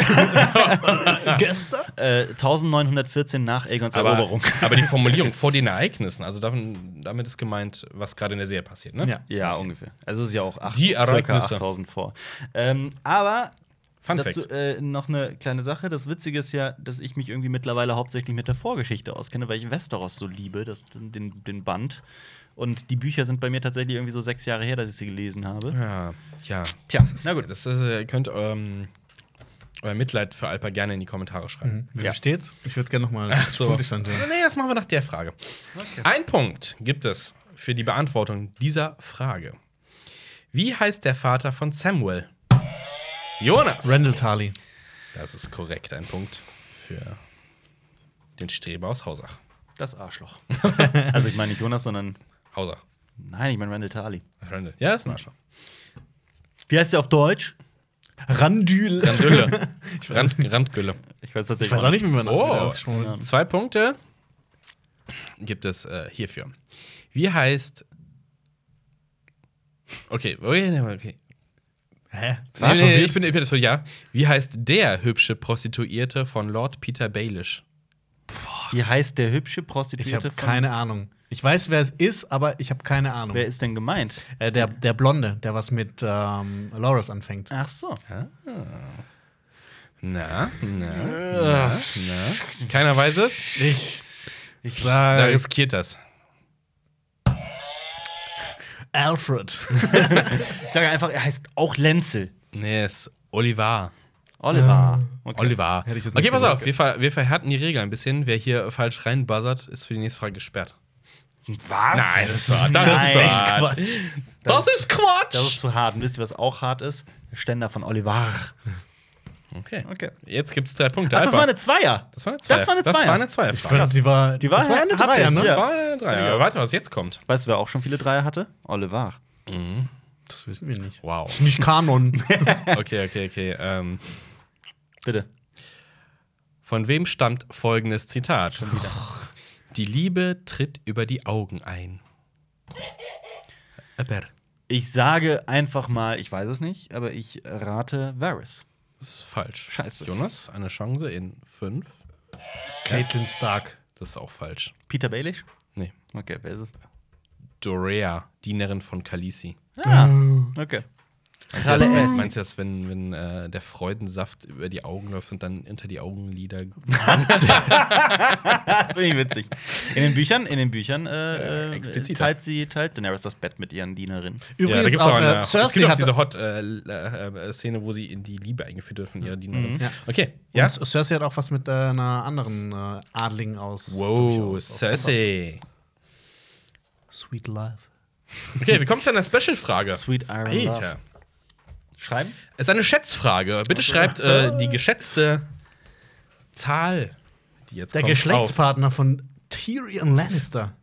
Gestern?
Äh, 1914 nach Aegons
Aber,
Eroberung.
aber die Formulierung vor den Ereignissen, also davon, damit ist gemeint, was gerade in der Serie passiert, ne?
Ja.
Ja, ungefähr. Also es ist ja auch acht,
Die
circa
Ereignisse.
8000 vor. Ähm, aber
Fun
dazu
Fact.
äh, noch eine kleine Sache. Das Witzige ist ja, dass ich mich irgendwie mittlerweile hauptsächlich mit der Vorgeschichte auskenne, weil ich Westeros so liebe, das, den, den Band. Und die Bücher sind bei mir tatsächlich irgendwie so sechs Jahre her, dass ich sie gelesen habe.
Ja, ja.
Tja, na gut.
Das ist, äh, ihr könnt ähm, euer Mitleid für Alper gerne in die Kommentare schreiben.
Mhm. Wie
Ja.
steht's? Ich würde gerne nochmal
Ach so.
Punktestand hören.
Nee, das machen wir nach der Frage. Ein Punkt gibt es für die Beantwortung dieser Frage. Wie heißt der Vater von Samuel? Jonas.
Randall Tarley.
Das ist korrekt. Ein Punkt für den Streber aus Hausach.
Das Arschloch. also ich meine nicht Jonas, sondern
Hausach.
nein, ich meine Randall Tali.
Randall. Ja, ist ein Arschloch.
Wie heißt der auf Deutsch?
Randül.
Randgülle. Rand, Randgülle.
Ich weiß tatsächlich
Ich weiß auch nicht, wie man
Oh.
ja.
Zwei Punkte gibt es äh, hierfür. Wie heißt. Okay, okay, okay.
Hä?
Nee, nee, nee, ich bin, ich bin dafür, ja. Wie heißt der hübsche Prostituierte von Lord Peter Baelish?
Wie heißt der hübsche
Ich
Prostituierte
habe keine Ahnung. Ich weiß, wer es ist, aber ich habe keine Ahnung.
Wer ist denn gemeint?
Äh, der, der Blonde, der was mit ähm, Loras anfängt.
Ach so.
Na, na, na, na. Ah. Keiner weiß es. Äh,
Ich, ich
Da
sage
riskiert das.
Alfred.
Ich sage einfach, er heißt auch Lenzel.
Nee, es ist Oliver.
Oliver. Okay.
Oliver.
Hätte ich jetzt nicht
Okay, pass
gesagt.
auf, wir, ver wir verhärten die Regeln ein bisschen. Wer hier falsch reinbuzzert, ist für die nächste Frage gesperrt.
Was?
Nein, das ist, das
Nein.
ist
Nein.
echt Quatsch. Das, ist Quatsch!
Das ist zu hart. Und wisst ihr, was auch hart ist? Der Ständer von Oliver.
okay.
Okay.
Jetzt gibt es drei Punkte.
Ach, das
Alpha.
war eine Zweier.
das war eine Zweier.
das war eine
Das war
Zweier.
eine
Ich fand,
Zweierfrage.
die war,
Die war-
das war eine
hab
Dreier,
ich,
ne?
Das
ja.
war eine Dreier. Aber warte, was jetzt kommt.
Weißt du, wer auch schon viele Dreier hatte? Oliver.
Das wissen wir nicht.
Wow.
Ist nicht Kanon.
Okay, okay, okay. Ähm,
Bitte.
Von wem stammt folgendes Zitat? Die Liebe tritt über die Augen ein. Äh, Aber
Ich sage einfach mal, ich weiß es nicht, aber ich rate Varys.
das ist falsch.
Scheiße.
Jonas, eine Chance in fünf.
Caitlin Stark.
Das ist auch falsch.
Peter Baelish?
Nee.
Okay, wer ist es?
Dorea, Dienerin von Khaleesi.
Ah, okay. Kralle S.
Meinst du das, wenn, wenn äh, der Freudensaft über die Augen läuft und dann hinter die Augenlider?
Finde ich witzig. In den Büchern, in den Büchern äh,
Ja,
äh,
expliziter.
teilt sie, teilt Daenerys das Bett mit ihren Dienerinnen.
Übrigens
gibt's
auch,
eine,
äh,
es
Cersei
gibt auch
hat,
diese äh, Hot-Szene, wo sie in die Liebe eingeführt wird von ihrer Dienerin.
Mhm. Ja.
Okay,
ja?
ja.
Cersei hat auch was mit äh, einer anderen äh, Adligen aus. glaub ich,
Wow,
aus- aus- aus-
Cersei.
Sweet Life.
Okay, wir kommen zu einer Special-Frage.
Sweet Iron
Alter.
Love. Schreiben?
Es ist eine Schätzfrage. Bitte schreibt äh, die geschätzte Zahl, die jetzt
Der
kommt, auf.
Geschlechtspartner von Tyrion Lannister.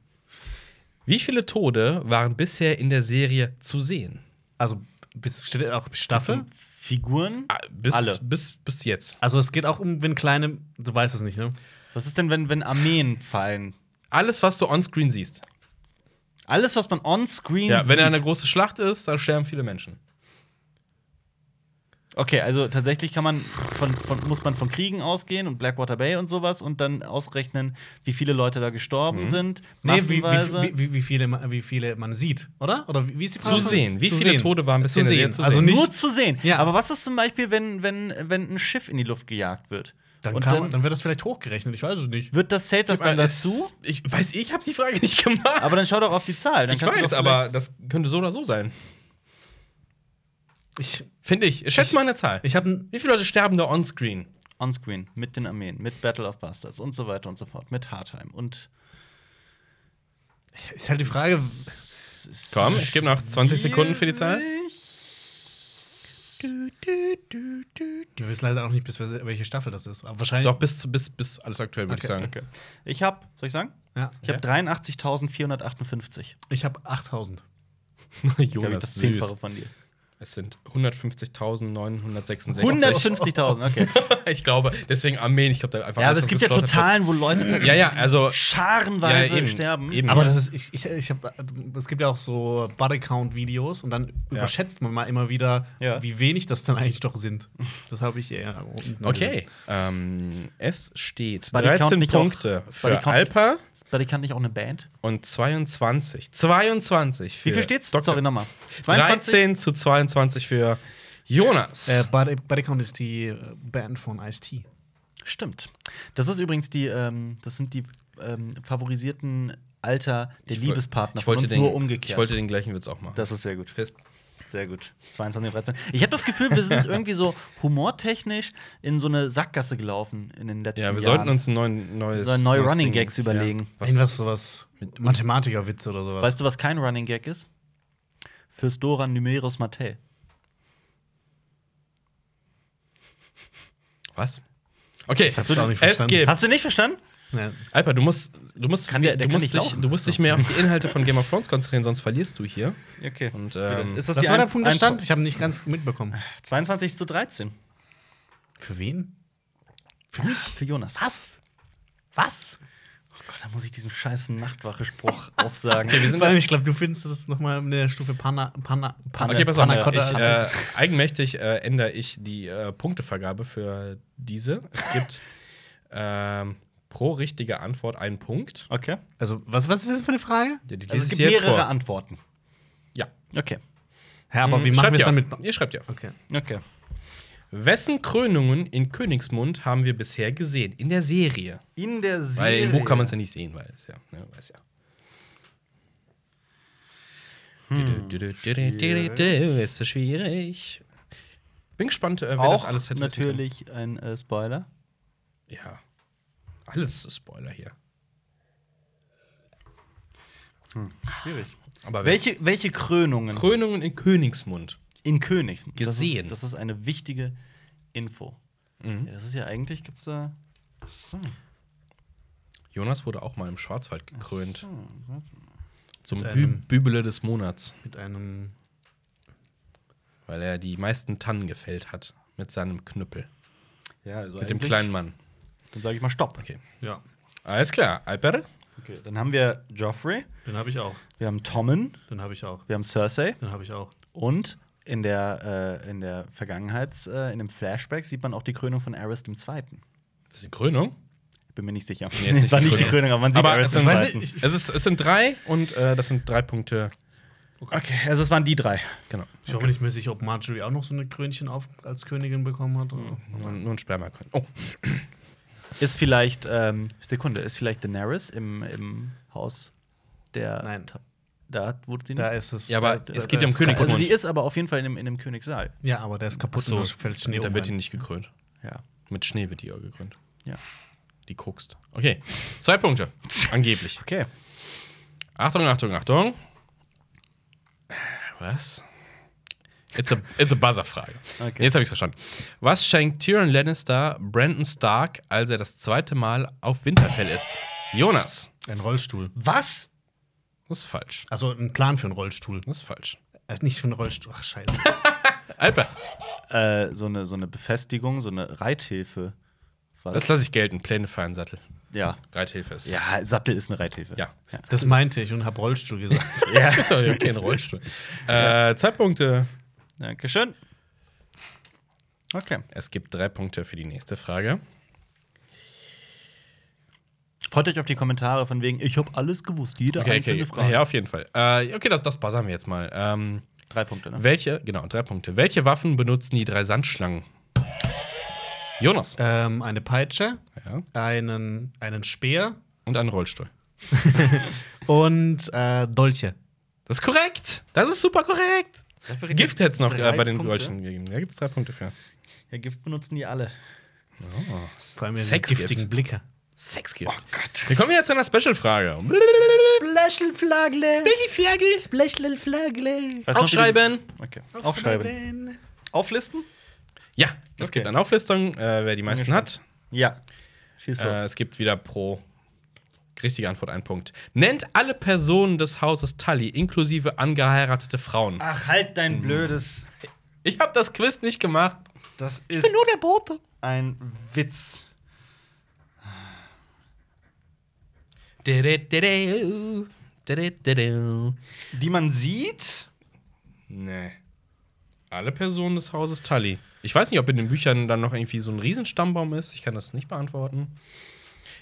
Wie viele Tode waren bisher in der Serie zu sehen?
Also, bis, steht auch Staffel?
Ähm, Figuren?
Ah, Bis,
Alle.
Bis, bis jetzt.
Also, es geht auch um, wenn kleine. Du weißt es nicht, ne?
Was ist denn, wenn, wenn Armeen fallen?
Alles, was du onscreen siehst.
Alles, was man on-screen
Ja,
sieht.
wenn da eine große Schlacht ist, dann sterben viele Menschen.
Okay, also tatsächlich kann man von, von, muss man von Kriegen ausgehen und Blackwater Bay und sowas und dann ausrechnen, wie viele Leute da gestorben sind.
Nee, wie,
Massenweise.
wie, wie, wie, viele, ma- wie viele man sieht, oder? Oder wie, wie ist die
Zu sehen. Wie viele Tote waren bisher
zu
in der
sehen.
Serie zu
also
sehen?
Nicht,
Nur zu sehen.
Ja.
Aber was ist zum Beispiel, wenn, wenn, wenn ein Schiff in die Luft gejagt wird?
dann,
und
kann,
dann
dann, wird das vielleicht hochgerechnet, ich weiß es nicht.
wird das zählt das dann dazu?
Es- Ich weiß, ich habe die Frage nicht gemacht.
Aber dann schau doch auf die Zahl. Dann
ich
kannst du
weiß,
doch
aber
vielleicht-
das könnte so oder so sein.
Ich,
Finde ich. Schätz mal eine Zahl.
ich habe
Wie viele Leute sterben da onscreen?
Onscreen, mit den Armeen, mit Battle of Bastards und so weiter und so fort, mit Hardheim und.
ist halt die Frage,
Komm, ich gebe noch 20 Sekunden für die Zahl.
wir wissen leider auch nicht, bis wel- welche Staffel das ist. Aber wahrscheinlich
Doch, bis, bis, bis alles aktuell, würde ich sagen.
Okay. Ich hab, soll ich sagen?
Ja.
Ich habe
Ja.
83.458.
ich habe 8000.
Glaub ich,
Jonas,
das
Oh, süß.
Zehnfache von dir.
Es sind 150.966.
150.000, okay.
ich glaube, deswegen Armeen. Ich glaube, da einfach
ja, aber
alles,
es
was
gibt ja
geslaughter wird.
Totalen, wo Leute
Ja, ja, also.
scharenweise
Ja, eben,
sterben.
eben.
Aber das ist, ich, ich, ich hab, es gibt ja auch so Bodycount-Videos und dann überschätzt man mal immer wieder,
Ja.
wie wenig das dann eigentlich doch sind. Das habe ich eher unten
Okay. Ähm, es steht
Buddy Count
13
nicht auch-
Punkte
Buddy
für
Count-
Alpa
Aber die kann nicht auch eine Band.
und 22. 22 für
Wie viel steht's?
Dr.
Sorry, nochmal.
13 zu 22 für Jonas.
Äh, Body, Bodycount ist die äh, Band von Ice-T.
Stimmt. Das ist übrigens die, ähm, das sind die ähm, favorisierten Alter der
Ich woll-
Liebespartner
ich wollte
von uns,
den,
nur umgekehrt.
Ich wollte den gleichen Witz auch machen.
das ist sehr gut.
Fest.
Sehr gut. 22, 13. Ich habe das Gefühl, wir sind irgendwie so humortechnisch in so eine Sackgasse gelaufen in den letzten
Ja,
Jahren.
wir sollten uns ein neuen, neues.
So ein neue
neues
Running
Ding-
Gags überlegen.
Ja. Was,
Irgendwas sowas Mathematikerwitz oder sowas.
Weißt du, was kein Running Gag ist? Fürs Doran Numerus Mattel.
was? Okay,
hab's auch nicht
es
verstanden.
gibt.
Hast du nicht verstanden?
Ja.
Alper, du musst, du musst,
Kann der- der kann
du musst,
nicht
dich,
laufen.
du musst dich mehr auf die Inhalte von Game of Thrones konzentrieren, sonst verlierst du hier.
Okay.
Und, ähm,
ist
Das,
das, die
war der
ein-
Punkt, der
ein-
stand. Ich habe nicht ganz mitbekommen.
22 zu 13.
Für wen?
Für Jonas.
Was? Was?
Oh Gott, da muss ich diesen scheißen Nachtwache-Spruch aufsagen.
wir sind
Vor allem, ich glaube, du findest das nochmal in der Stufe Pana, Pana, Pana,
okay, pass auf.
Panna
äh,
Cotta.
Ich, äh, eigenmächtig äh, ändere ich die äh, Punktevergabe für diese. Es gibt ähm, pro richtige Antwort einen Punkt.
Okay.
also, was, was ist das für eine Frage?
Ja, die
Also es
lese ich
gibt
dir jetzt
mehrere
vor.
Antworten.
Ja.
Okay.
Ja, aber
Schreibt
wie machen
ihr
wir es dann
Mhm, auf.
mit.
Ihr schreibt ja.
Okay.
Okay.
Wessen Krönungen in Königsmund haben wir bisher gesehen? In der Serie.
In der Serie.
Weil im Buch kann man es ja nicht sehen, weil ja, ne, weiß ja. Ist so schwierig. Bin gespannt, äh, wer das
auch
alles hätte. wissen können.
natürlich ein äh, Spoiler.
Ja. Alles ist Spoiler hier.
Schwierig.
Aber wer-
Welche, welche Krönungen
Krönungen in Königsmund.
in Königsmund?
Gesehen. Mhm.
Das ist, das ist eine wichtige Info. Ja, das ist ja eigentlich, gibt's da. Ach so.
Jonas wurde auch mal im Schwarzwald gekrönt. Zum
Mit
Bü
einem-
Bübele des Monats,
Mit einem.
weil er die meisten Tannen gefällt hat mit seinem Knüppel.
Ja, also
Mit dem kleinen Mann.
Dann sage ich mal Stopp.
Okay.
Ja,
Alles klar, Albert.
okay. Dann haben wir Joffrey,
den habe ich auch.
wir haben Tommen,
Den habe ich auch.
wir haben Cersei.
Den habe ich auch.
Und in der, äh, in der Vergangenheit, äh, in dem Flashback, sieht man auch die Krönung von Aerys dem Zweiten.
Das ist die Krönung.
Ich bin mir nicht sicher.
Nee, ist
es war nicht die Krönung, aber man sieht Aerys
es
dem
sind,
Weiß
Zweiten.
nicht, ich-
es, ist, es sind drei und äh, das sind drei Punkte.
Okay, also es waren die drei.
Genau.
Ich bin mir nicht mehr sicher, ob Marjorie auch noch so eine Krönchen auf, als Königin bekommen hat. Oder?
Nur, nur ein Sperma können. Oh,
Ist vielleicht, ähm, Sekunde, ist vielleicht Daenerys im, im Haus der.
Nein.
Da wurde sie nicht.
Da ist es.
Ja, aber
da,
es geht ja um
ist-
Königsmund.
also die ist aber auf jeden Fall in dem, in dem Königssaal.
Ja, aber der ist kaputt
so,
und da fällt Schnee
dann
um
wird die
rein.
nicht gekrönt.
Ja.
Mit Schnee wird die auch gekrönt.
Ja.
Die guckst. Okay, zwei Punkte. Angeblich.
Okay.
Achtung, Achtung, Achtung. Äh, Was? It's a, it's a Buzzer-Frage.
Okay.
Jetzt habe ich es verstanden. Was schenkt Tyrion Lannister Brandon Stark, als er das zweite Mal auf Winterfell ist? Jonas.
Ein Rollstuhl.
Was?
Das ist falsch.
Also ein Plan für einen Rollstuhl.
Das ist falsch.
Äh, nicht für einen Rollstuhl. Ach, scheiße.
Alper.
Äh, so, eine, so eine Befestigung, so eine Reithilfe. War
Das lasse ich gelten. Pläne für einen Sattel.
Ja.
Reithilfe ist.
Ja, Sattel ist eine Reithilfe.
Ja.
Das meinte ich und habe Rollstuhl gesagt.
ja.
Ist doch okay, ein Rollstuhl. äh, zwei Punkte.
Dankeschön. Okay.
Es gibt drei Punkte für die nächste Frage.
Freut euch auf die Kommentare von wegen, ich habe alles gewusst, jede einzelne Frage.
Ja, auf jeden Fall. Äh, okay, das, das buzzern wir jetzt mal. Ähm,
Drei Punkte, ne?
welche, genau, drei Punkte. Welche Waffen benutzen die drei Sandschlangen? Jonas.
Äh.
Ähm, eine Peitsche,
Ja.
einen, einen Speer
Und einen Rollstuhl.
und äh, Dolche.
Das ist korrekt. Das ist super korrekt.
Referiert
Gift hätte es noch
drei
äh, bei den
Punkte?
Deutschen gegeben. Da gibt es drei Punkte für.
Ja, Gift benutzen die alle.
Vor allem ihre
Sexgift.
giftigen Blicke.
Sexgift. Oh Gott. Wir kommen jetzt zu einer Special-Frage.
Blöschelflagle!
Special-Frage.
Blöschelflagle!
Weißt du noch, wie die-
Aufschreiben.
Okay. Aufschreiben. Auflisten?
Ja, es
Okay.
gibt eine Auflistung, äh, wer die meisten hat.
Ja. Schieß los.
Äh, es gibt wieder pro richtige Antwort einen Punkt. Nennt alle Personen des Hauses Tully, inklusive angeheiratete Frauen.
Ach, halt dein blödes.
Ich habe das Quiz nicht gemacht.
Das ist
der Bote.
ein Witz. Die man sieht.
Nee. Alle Personen des Hauses Tully. Ich weiß nicht, ob in den Büchern dann noch irgendwie so ein Riesenstammbaum ist. Ich kann das nicht beantworten.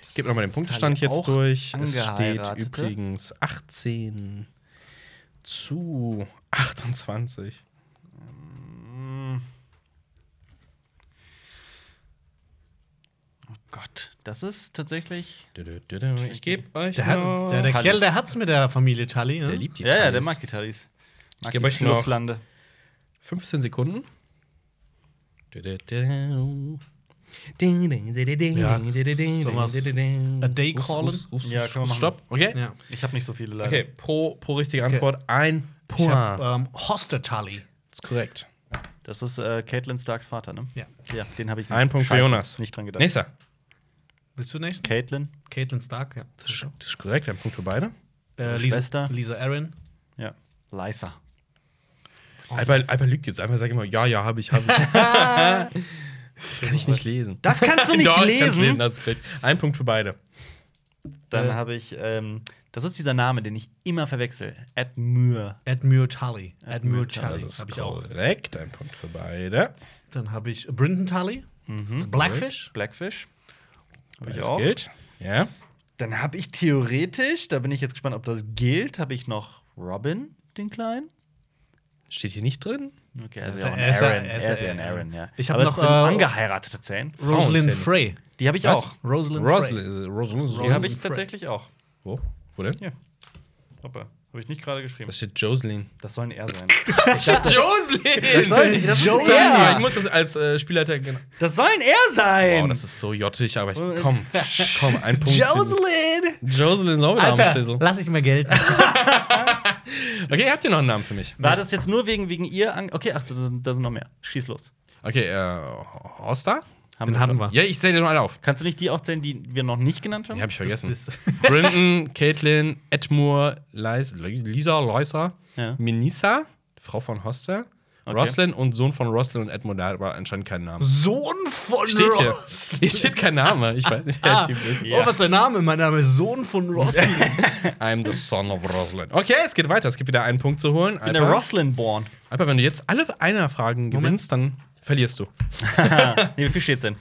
Ich gebe nochmal den
Ist
Punktestand
Tully
jetzt
auch
durch. Es steht
angeheiratete?
übrigens 18 zu 28.
Oh Gott, das ist tatsächlich.
Ich gebe euch
Der, hat, der, der
Tully.
Kerl, der hat's mit der Familie Tully. Ne?
Der liebt die
ja, ja,
Tullys.
der mag die Talis. Mag
geb
die
euch noch-
Flusslande.
15 Sekunden.
Ja, sowas. A day callen.
Ja, kann man machen.
Stopp. Okay.
Ja.
Ich habe nicht so viele leider.
Okay, pro, pro richtige Antwort ein
Ich
Point.
äh,
hab, ähm, Hoster Tully.
das ist korrekt.
Das ist äh, Caitlin Starks Vater, ne?
Ja.
Ja, den habe ich nicht.
Ein Punkt für
Scheiße,
Jonas.
Nicht dran gedacht.
Nächster.
Willst du nächsten?
Caitlin.
Caitlin Stark, ja.
Das ist, das ist korrekt, ein Punkt für beide.
Äh, Lisa,
Schwester.
Lisa Aaron.
Ja. Lysa. Oh,
Alper, Alper lügt jetzt einfach, sag immer, ja, ja, habe ich, habe ich. das kann ich nicht lesen.
Das kannst du nicht
Doch, ich kann's
lesen.
lesen das ist korrekt. Ein Punkt für beide.
Dann
Äh.
habe ich. Ähm, das ist dieser Name, den ich immer verwechsel. Edmure.
Edmure Tully.
Edmure
Edmure
Tully,
Tully
Das ist
habe ich auch.
korrekt, ein Punkt für beide.
Dann habe ich Brinton Tully.
Mhm.
Das ist Blackfish.
Blackfish. Hab ich
Beides
auch.
gilt. Ja.
Dann habe ich theoretisch, da bin ich jetzt gespannt, ob das gilt, habe ich noch Robin, den Kleinen.
Steht hier nicht drin.
Okay, er ist
ist
ja
ja-
auch ein
er ist ja-
Aaron.
er ist
Er ist ja
ja
ein
Aaron.
Aaron, ja.
Ich hab
Aber
noch,
es sind
äh,
angeheiratete Zähne.
Rosalind
Frauenzähne.
Frey.
Die habe ich
Was?
auch.
Rosalind Frey.
Rosalind. äh, Rosalind.
Die habe ich
Rosalind Frey.
tatsächlich auch.
Wo? Wo denn?
Hier. Hoppa. Habe ich nicht gerade geschrieben.
Das steht Joselyn.
Das soll ein R sein.
Joselyn!
das ist
Joe-
ein
Ja. Ich
R.
muss das als äh, Spielleiter. Genau.
Das soll ein R sein.
Wow, das ist so jottig, aber ich. Komm, komm, ein Punkt.
Jocelyn!
für- Joselyn ist auch wieder am Stessel.
lass ich mir Geld.
Okay, habt ihr noch einen Namen für mich?
War das jetzt nur wegen, wegen ihr? An okay, ach, da sind, da sind noch mehr. Schieß los.
Okay, äh, Hosta?
Haben
Den haben
schon.
wir.
Ja, ich zähle dir nur alle auf.
Kannst du nicht die aufzählen, die wir noch nicht genannt haben?
Die habe ich
Das
vergessen.
ist,
Brinton, Caitlin, Edmure, Leis, Lisa, Loisa,
Ja.
Minisa, Frau von Hosta,
Okay.
Roslyn und Sohn von Roslyn und Edmure. Da war anscheinend kein Name.
Sohn von
Steht hier.
Ross.
Hier steht kein Name. Ich weiß nicht, wer
Ah.
der Typ ist.
Ja.
Oh, was ist dein Name? Mein Name ist Sohn von Ross.
I'm the son of Roslyn. Okay, es geht weiter. Es gibt wieder einen Punkt zu holen.
Ich bin der Roslyn Born.
Alper, wenn du jetzt alle einer Fragen gewinnst, dann verlierst du.
Nee, wie viel steht's denn?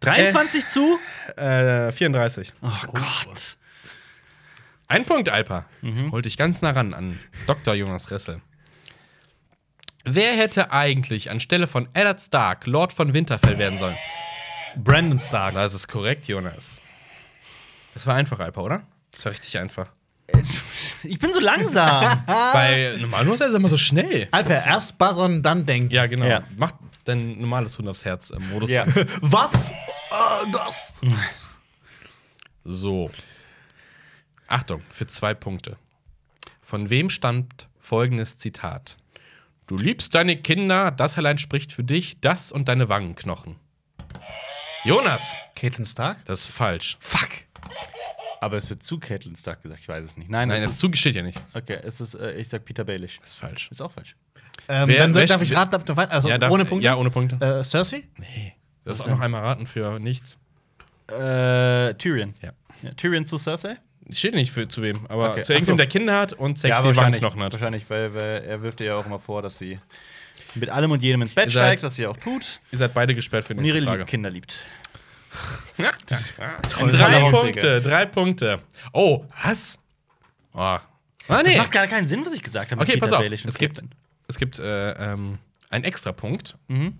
23 zu?
Äh, 34.
Ah.
Oh Gott.
Ein Punkt, Alper.
Mhm.
Hol dich ganz nah ran an Dr. Jonas Ressel. Wer hätte eigentlich anstelle von Eddard Stark Lord von Winterfell werden sollen?
Brandon Stark.
Das ist korrekt, Jonas. Das war einfach, Alper, oder? Das war richtig einfach.
Ich bin so langsam.
Ah.
Bei normalen ist er immer so schnell.
Alper, erst buzzern, dann denken.
Ja, genau.
Ja.
Mach dein normales Hund aufs äh, Herz-Modus.
ja.
Was? Äh, das?
Mhm. So. Achtung, für zwei Punkte. Von wem stammt folgendes Zitat? Du liebst deine Kinder, das allein spricht für dich, das und deine Wangenknochen. Jonas,
Caitlin Stark?
das ist falsch.
Fuck.
Aber es wird zu Caitlin Stark gesagt, ich weiß es nicht. Nein,
Nein,
es
das zugeschieht ja nicht.
Okay, es ist, äh, ich sag Peter Baelish.
Das ist falsch.
Ist auch falsch.
Ähm,
Wer-
dann
wer-
darf ich raten, darf, darf, also
darf-
ohne Punkte?
Ja, ohne Punkte.
Äh, Cersei?
das ist auch noch einmal raten für nichts.
Äh, Tyrion.
Ja.
Ja, Tyrion zu Cersei?
Steht nicht für, zu wem, aber
Okay,
zu
ach so.
irgendjemandem, der Kinder hat und sexy
wahrscheinlich,
Wangenknochen hat.
wahrscheinlich weil, weil er wirft ihr ja auch immer vor, dass sie mit allem und jedem ins Bett
Ihr seid-
steigt, was sie auch tut,
Ihr seid beide gesperrt für die
und ihre
nächste
lieben
Frage.
Kinder liebt.
Ja.
Toll.
Drei
Tolle Hausregel.
Punkte, drei Punkte. Oh, was? Oh. Ah,
Das
nee.
macht gar keinen Sinn, was ich gesagt habe. mit
Okay,
Peter
pass auf.
Baelish und
Es gibt,
Captain.
es gibt äh, ähm, einen extra Punkt.
Mhm.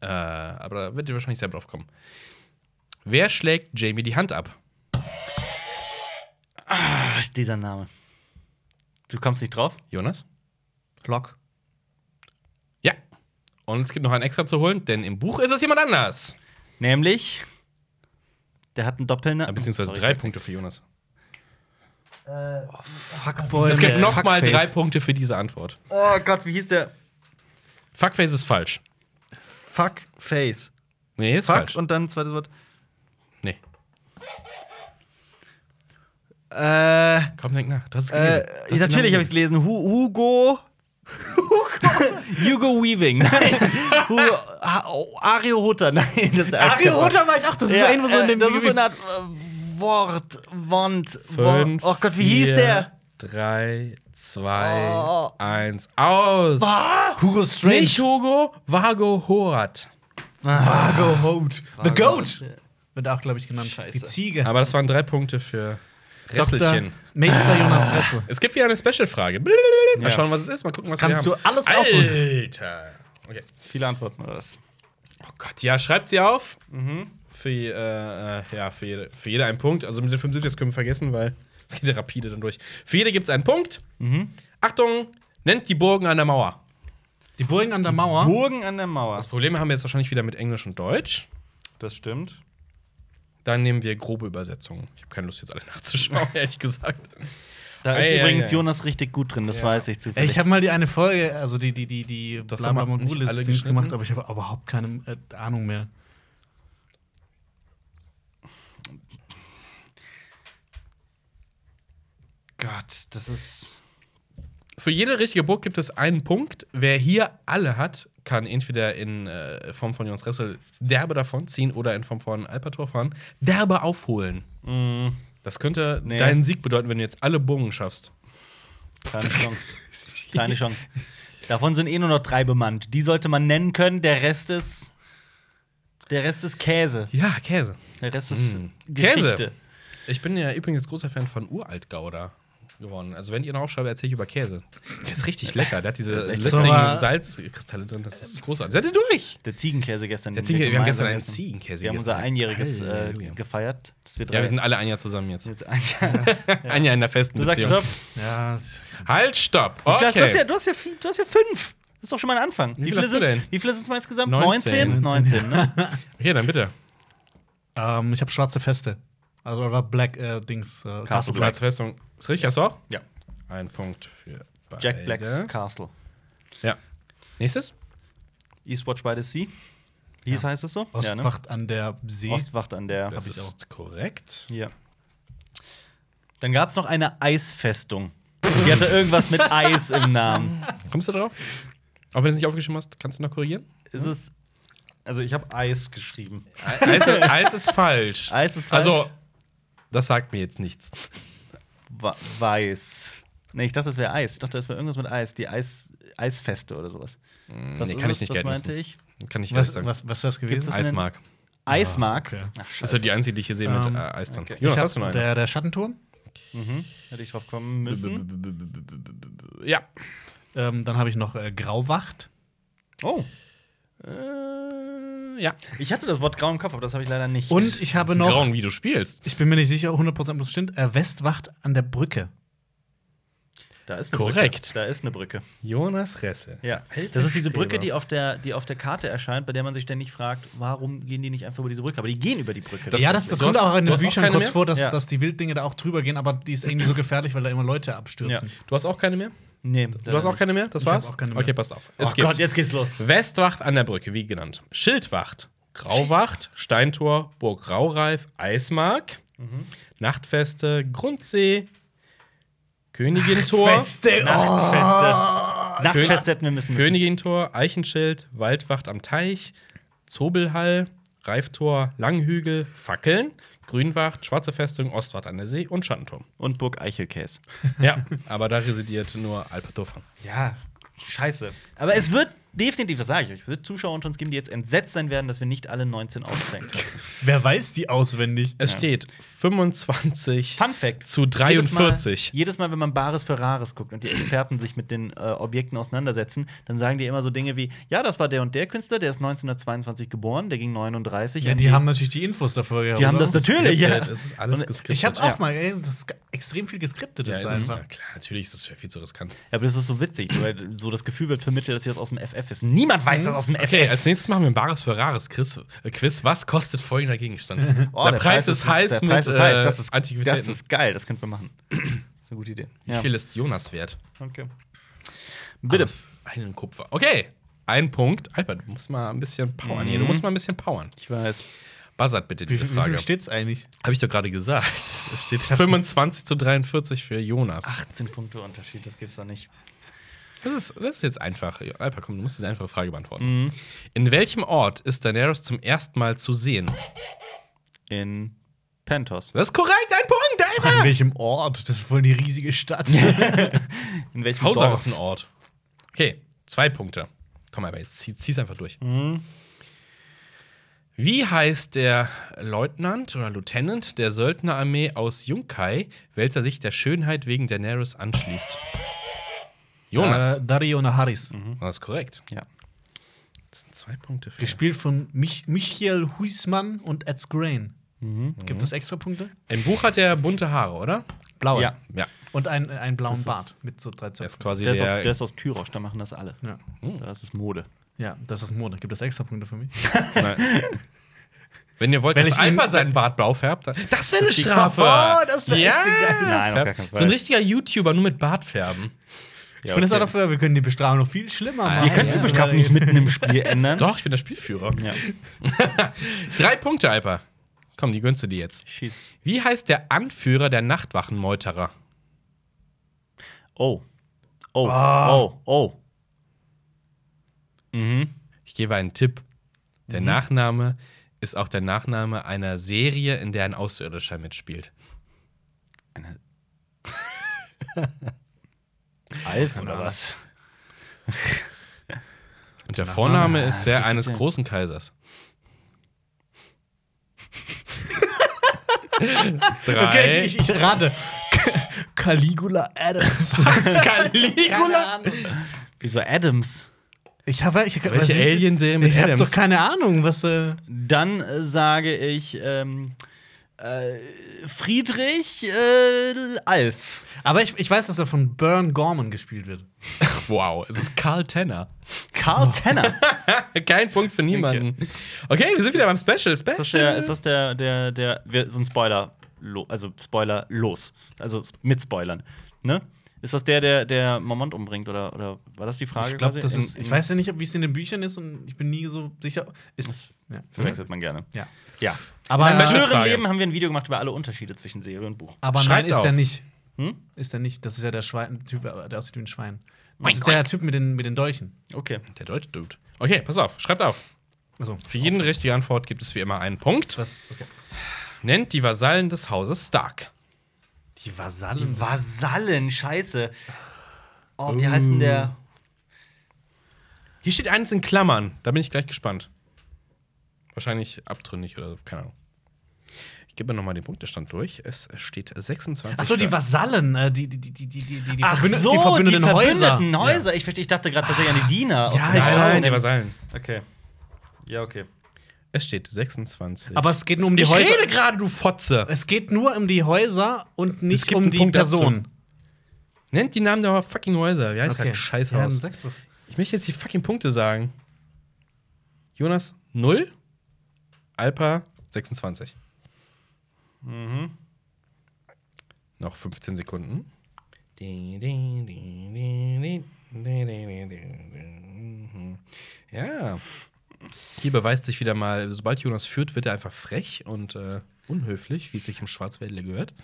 Äh, aber da wird ihr wahrscheinlich selber drauf kommen. Wer schlägt Jamie die Hand ab?
Ach, dieser Name. Du kommst nicht drauf?
Jonas?
Lock.
Ja. Und es gibt noch einen extra zu holen, denn im Buch ist es jemand anders.
Nämlich, der hat einen Doppelnamen.
Äh, Beziehungsweise
Sorry, ich
drei
hab
Punkte
nichts. Äh,
für Jonas.
Fuckboy.
Es gibt
der
nochmal drei
Fuckface.
Punkte für diese Antwort.
Oh Gott, wie hieß der?
Fuckface ist falsch.
Fuckface.
Nee, ist
Fuck
falsch.
und dann zweites Wort.
Nee.
Äh,
Komm, denk nach. Du hast es
äh
gelesen. Du hast den
natürlich
Namen
habe ich es gelesen. Hu Hugo. Hugo Weaving. Nein. Hu A- O- Ario Hutter. Nein, das ist der
Ario
Eiskäfer.
Rotter war ich auch. Das ist irgendwo so in dem
äh, Das ist so eine Art äh, Wort, Wort, Wort.
Fünf,
Oh Gott, wie hieß
vier,
der?
Drei, zwei,
Oh.
eins, aus.
Hugo Strange.
Nicht Hugo, Vago Horat.
Fargo Hoat. The Goat.
Wird auch, glaube ich, genannt.
Scheiße.
Die Ziege.
Aber das waren drei Punkte für
Dr.
Resselchen.
Meister Jonas Ressel.
Es gibt wieder eine Special-Frage. Blablabla. Mal
Ja.
schauen, was es ist. Mal gucken, was
kannst
wir
du
haben.
alles aufholen.
Alter. Okay.
Viele Antworten oder was?
Oh Gott, ja, schreibt sie auf.
Mhm.
Für, je- äh, äh, ja, für, jede, für jede einen Punkt. Also mit den 75 können wir vergessen, weil es geht ja rapide dann durch. Für jede gibt es einen Punkt.
Mhm.
Achtung, nennt die Burgen an der Mauer.
Die Burgen an der Mauer.
Burgen an der Mauer.
Das Problem haben wir jetzt wahrscheinlich wieder mit Englisch und Deutsch.
Das stimmt.
Dann nehmen wir grobe Übersetzungen. Ich habe keine Lust, jetzt alle nachzuschauen, ehrlich gesagt.
Da ist
Ei, ei,
übrigens
ei.
Jonas richtig gut drin, das
Ja.
weiß ich
Ey,
zufällig.
ich habe mal die eine Folge, also die die die die
Das haben wir nicht alle
Mongolis
geschnitten.
gemacht, aber ich habe überhaupt keine äh, Ahnung mehr.
Gott, das ist.
Für jede richtige Burg gibt es einen Punkt. Wer hier alle hat, kann entweder in äh, Form von Jonas Ressel derbe davonziehen oder in Form von Alpator fahren, derbe aufholen. Das könnte
Mhm. Nee.
deinen Sieg bedeuten, wenn du jetzt alle Burgen schaffst.
Keine Chance. Keine Chance. Davon sind eh nur noch drei bemannt. Die sollte man nennen können, der Rest ist. Der Rest ist Käse.
Ja, Käse.
Der Rest ist
Mm.
Geschichte.
Käse. Ich bin ja übrigens großer Fan von Uralt-Gouda geworden. Also, wenn ihr noch aufschreibt, erzähle ich über Käse. Der ist richtig lecker. Der hat diese
ist echt
lästigen
so, aber-
Salzkristalle drin. Das ist großartig. Seid ihr durch?
Der Ziegenkäse gestern.
Der
den
Ziegenkäse- wir haben
gemeinsam
gestern einen
essen.
Ziegenkäse
Wir haben unser
gegessen.
Einjähriges äh,
Halleluja.
gefeiert. Dass wir drei
Ja, wir sind alle ein Jahr zusammen jetzt.
jetzt ein Jahr.
Ein Jahr in der festen
Du sagst
Beziehung.
Stopp.
Ja, ich-
Halt, stopp!
Du, hast, du, hast ja,
Okay.
du, hast ja, viel- du hast ja fünf. Das ist doch schon mal ein Anfang.
Wie viel hast du
sind's-
denn?
Wie viele sind es mal insgesamt?
19.
19? 19, ne?
Okay, dann bitte.
ähm, ich habe schwarze Feste. Also oder Black äh, Dings äh,
Castle Black.
Schwarze Festung. Ist richtig, hast du auch?
ja.
Ein Punkt für beide.
ne? Jack Blacks Castle.
Ja. Nächstes?
Eastwatch by the Sea. Wie heißt das so? Ja, ne?
Ostwacht an der See.
Ostwacht an der.
Das
ich
ist korrekt.
Ja. Dann gab es noch eine Eisfestung. Die hatte irgendwas mit Eis im Namen.
Kommst du drauf? Auch wenn du es nicht aufgeschrieben hast, kannst du noch korrigieren?
Ist es. Also, ich habe Eis geschrieben.
Eis, Eis ist falsch.
Eis ist falsch.
Also, das sagt mir jetzt nichts.
Wa- Weiß. Nee, ich dachte, das wäre Eis. Ich dachte, das wäre irgendwas mit Eis. Die Eis Eisfeste oder sowas. Was
Mm, nee,
ist
kann ich
es?
nicht
Das
gelten
meinte
lassen.
ich.
Kann ich ehrlich
Was,
sagen.
was, was wär's
Gibt's
gewesen?
was?
Eismark.
Eismark.
okay.
Ach,
Das ist
scheiße.
ja die einzige, die ich hier sehe mit
Ähm,
äh, Eis drin.
okay.
Jonas,
Ich hab
hast du noch einen?
Der, der Schattenturm.
Hätte ich drauf kommen müssen.
Ja.
Ähm, dann habe ich noch äh, Grauwacht.
Oh.
Äh, ja.
Ich hatte das Wort grau im Kopf, aber das habe ich leider nicht.
Und ich habe
Ist
noch,
grauen, wie du spielst.
ich bin mir nicht sicher, 100% muss stimmt, äh, Westwacht an der Brücke.
da ist eine
Korrekt.
Brücke. Da ist eine Brücke.
Jonas Ressel.
Ja, das ist diese Brücke, die auf, der, die auf der Karte erscheint, bei der man sich ständig fragt, warum gehen die nicht einfach über diese Brücke? Aber die gehen über die Brücke.
Das-
ja, das, das
du
kommt
hast-
auch in
du
den
hast auch
Büchern
keine
kurz
mehr?
vor, dass,
Ja.
dass die Wilddinge da auch drüber gehen, aber die ist irgendwie so gefährlich, weil da immer Leute abstürzen.
Ja.
Du hast auch keine mehr?
nee,
Du hast auch keine mehr? Das
Ich hab
war's?
auch keine mehr.
Okay, passt auf.
Es oh Gott, jetzt geht's los.
Westwacht an der Brücke, wie genannt. Schildwacht, Grauwacht, Steintor, Burg Raureif, Eismark, Nachtfeste, Grundsee, Königintor,
Feste, Oh,
Oh. Nachtfeste. Nachtfeste hätten wir müssen. müssen.
Königintor, Eichenschild, Waldwacht am Teich, Zobelhall, Reiftor, Langhügel, Fackeln, Grünwacht, Schwarze Festung, Ostwacht an der See und Schattenturm.
Und Burg Eichelkäse.
Ja, aber da residiert nur Alpadorfan.
Ja, scheiße. Aber es wird definitiv, das sage ich euch, es wird Zuschauer unter uns geben, die jetzt entsetzt sein werden, dass wir nicht alle 19 aufzählen können.
Wer weiß die auswendig?
Es steht 25
Fun Fact.
zu
Jedes Mal-
43.
Jedes Mal, wenn man Bares für Rares guckt und die Experten sich mit den äh, Objekten auseinandersetzen, dann sagen die immer so Dinge wie: Ja, das war der und der Künstler, der ist 1922 geboren, der ging 39.
Ja,
an
die haben natürlich die Infos dafür ja,
Die haben
oder?
das natürlich, ja.
Geskriptet, Es ist alles
Und-
geskriptet.
Ich hab's
Ja.
auch mal, ey, das ist ge- extrem viel geskriptet
Ja,
ist
es ist,
einfach.
ja, klar, natürlich ist das ja viel zu riskant.
Ja, aber das ist so witzig, weil so das Gefühl wird vermittelt, dass das aus dem FF ist. Niemand weiß, dass das aus dem FF
Okay,
ist.
als nächstes machen wir ein Bares für Rares Quiz. äh, Quiz. Was kostet folgender Gegenstand?
Oh,
der, Preis ist heiß
der Preis
mit
ist heiß.
äh,
Das ist, das
Antiquitäten.
ist geil, das könnten wir machen. Das ist eine gute Idee.
Wie viel ist Jonas wert?
Okay. Bitte.
Alles. Einen Kupfer. Okay, ein Punkt. Albert, du musst mal ein bisschen powern hier. Du
Mhm.
musst mal ein bisschen powern.
Ich weiß.
Buzzard bitte
Wie,
diese
wie viel
Frage.
steht's eigentlich?
Habe ich doch gerade gesagt. Es steht 25 zu 43 für Jonas.
18 Punkte Unterschied, das gibt's doch nicht.
Das ist, das ist jetzt einfach. Alper, komm, du musst diese einfache Frage beantworten.
Mhm.
In welchem Ort ist Daenerys zum ersten Mal zu sehen?
In Pentos.
Das ist korrekt, ein Punkt,
An
Alper!
welchem Ort? Das ist voll die riesige Stadt.
In welchem
Hauser
Dorf?
ist ein Ort. Okay, zwei Punkte. Komm, aber jetzt zieh, zieh's einfach durch.
Mhm.
Wie heißt der Leutnant oder Lieutenant der Söldnerarmee aus Junkai, welcher sich der Schönheit wegen Daenerys anschließt? Jonas. Mhm. Ah,
Äh, Dario Naharis.
Das ist korrekt.
Ja.
Das sind zwei Punkte für.
Gespielt von Mich Michael Huismann und Ed Grain. Gibt es extra Punkte?
Im Buch hat er bunte Haare, oder?
Blaue.
Ja.
Ja.
Und einen, einen blauen
ist-
Bart mit so drei
Er ist
Zöpfen.
quasi
Der
der.
ist, aus, der ist aus Tyrosch, da machen das alle. Hm.
Ja.
Das ist Mode.
ja, das ist Mode. Gibt es extra Punkte für mich?
Nein. Wenn ihr wollt,
Wenn
dass
ich ihn-
Alper seinen Bart blau färbt, dann, das wäre eine
die-
Strafe.
Oh, das wär
ja.
echt eine geile
Nein, auf gar keinen Fall.
So ein richtiger YouTuber nur mit Bart färben.
Ja,
Ich finde es
okay.
auch dafür, wir können die Bestrafung noch viel schlimmer machen.
Ihr könnt
Ja,
die Bestrafung nicht mitten im Spiel ändern.
Doch, ich bin der Spielführer.
Ja.
Drei Punkte, Alper. Komm, die gönnst du dir jetzt.
Schieß.
Wie heißt der Anführer der Nachtwachenmeuterer?
Oh. Oh.
Ah.
Oh. Oh. Mhm.
Ich gebe einen Tipp. Der
Mhm.
Nachname ist auch der Nachname einer Serie, in der ein Außerirdischer mitspielt.
Alf oder was?
Und der
Ah,
Vorname ist
das
der
ist
eines
speziell.
großen Kaisers. Drei.
Okay, ich, ich, ich rate. Caligula Adams.
Caligula.
Wieso Adams?
Ich habe ich,
Welche Alien-Serie mit
Ich habe
Adams?
doch keine Ahnung, was. Äh,
Dann äh, sage ich ähm, äh, Friedrich äh, Alf.
aber ich, ich weiß, dass er von Burn Gorman gespielt wird.
Wow, es ist Karl Tenner.
Karl Tenner.
Kein Punkt für niemanden. Okay, wir sind wieder beim Special. Special.
Ist das der, ist das der, der, der, wir sind Spoiler, lo, also Spoiler los. Also s- mit Spoilern. Ne? Ist das der, der, der Mormont umbringt oder, oder war das die Frage?
Ich glaube,
quasi?
das
In-
ist. Ich
in-
weiß ja nicht, wie es in den Büchern ist und ich bin nie so sicher. Ist. Ja.
Verwechselt man gerne.
ja.
Ja.
Aber,
In meinem
Special-
äh,
früheren
Frage.
Leben haben wir ein Video gemacht über alle Unterschiede zwischen Serie und Buch.
aber nein,
Schreibt
ist
auf.
er nicht.
Hm?
Ist er nicht. Das ist ja der Schwein, Typ, äh, der aussieht wie ein Schwein. Das
Oink,
ist der Typ mit den, mit den Dolchen.
Okay.
Der deutsche Dude. Okay, pass auf, schreibt auf.
Also,
Für jeden richtige Antwort gibt es wie immer einen Punkt.
was. Okay.
Nennt die Vasallen des Hauses Stark.
Die Vasallen.
Vasallen, scheiße. Oh, wie heißt denn der?
Hier steht eins in Klammern. Da bin ich gleich gespannt. Wahrscheinlich abtrünnig oder so, keine Ahnung. Ich gebe mir nochmal den Punktestand durch. Es steht 26.
Achso, die
für-
Vasallen. Äh, die, die, die, die, die, die, die,
Ach
Verbündeten-
so,
die verbündeten Häuser.
Häuser. Ich, verstehe, ich dachte gerade tatsächlich an die Diener. aus
Ja,
dem
ich
Nein,
Haus.
weiß
nein, die Vasallen.
Okay. Ja, okay.
Es steht 26.
Aber es geht nur um die
ich
Häuser.
rede gerade, du Fotze.
Es geht nur um die Häuser und
Es
nicht
gibt
um
einen
die
Punkt dazu.
Person.
Nennt die Namen der fucking Häuser. Wie heißt das
Ja, dann
Scheißhaus?
sagst du.
ich möchte jetzt die fucking Punkte sagen. Jonas 0, Alpa 26. Noch 15 Sekunden. Ja. Hier beweist sich wieder mal, sobald Jonas führt, wird er einfach frech und äh, unhöflich, wie es sich im Schwarzwäldle gehört.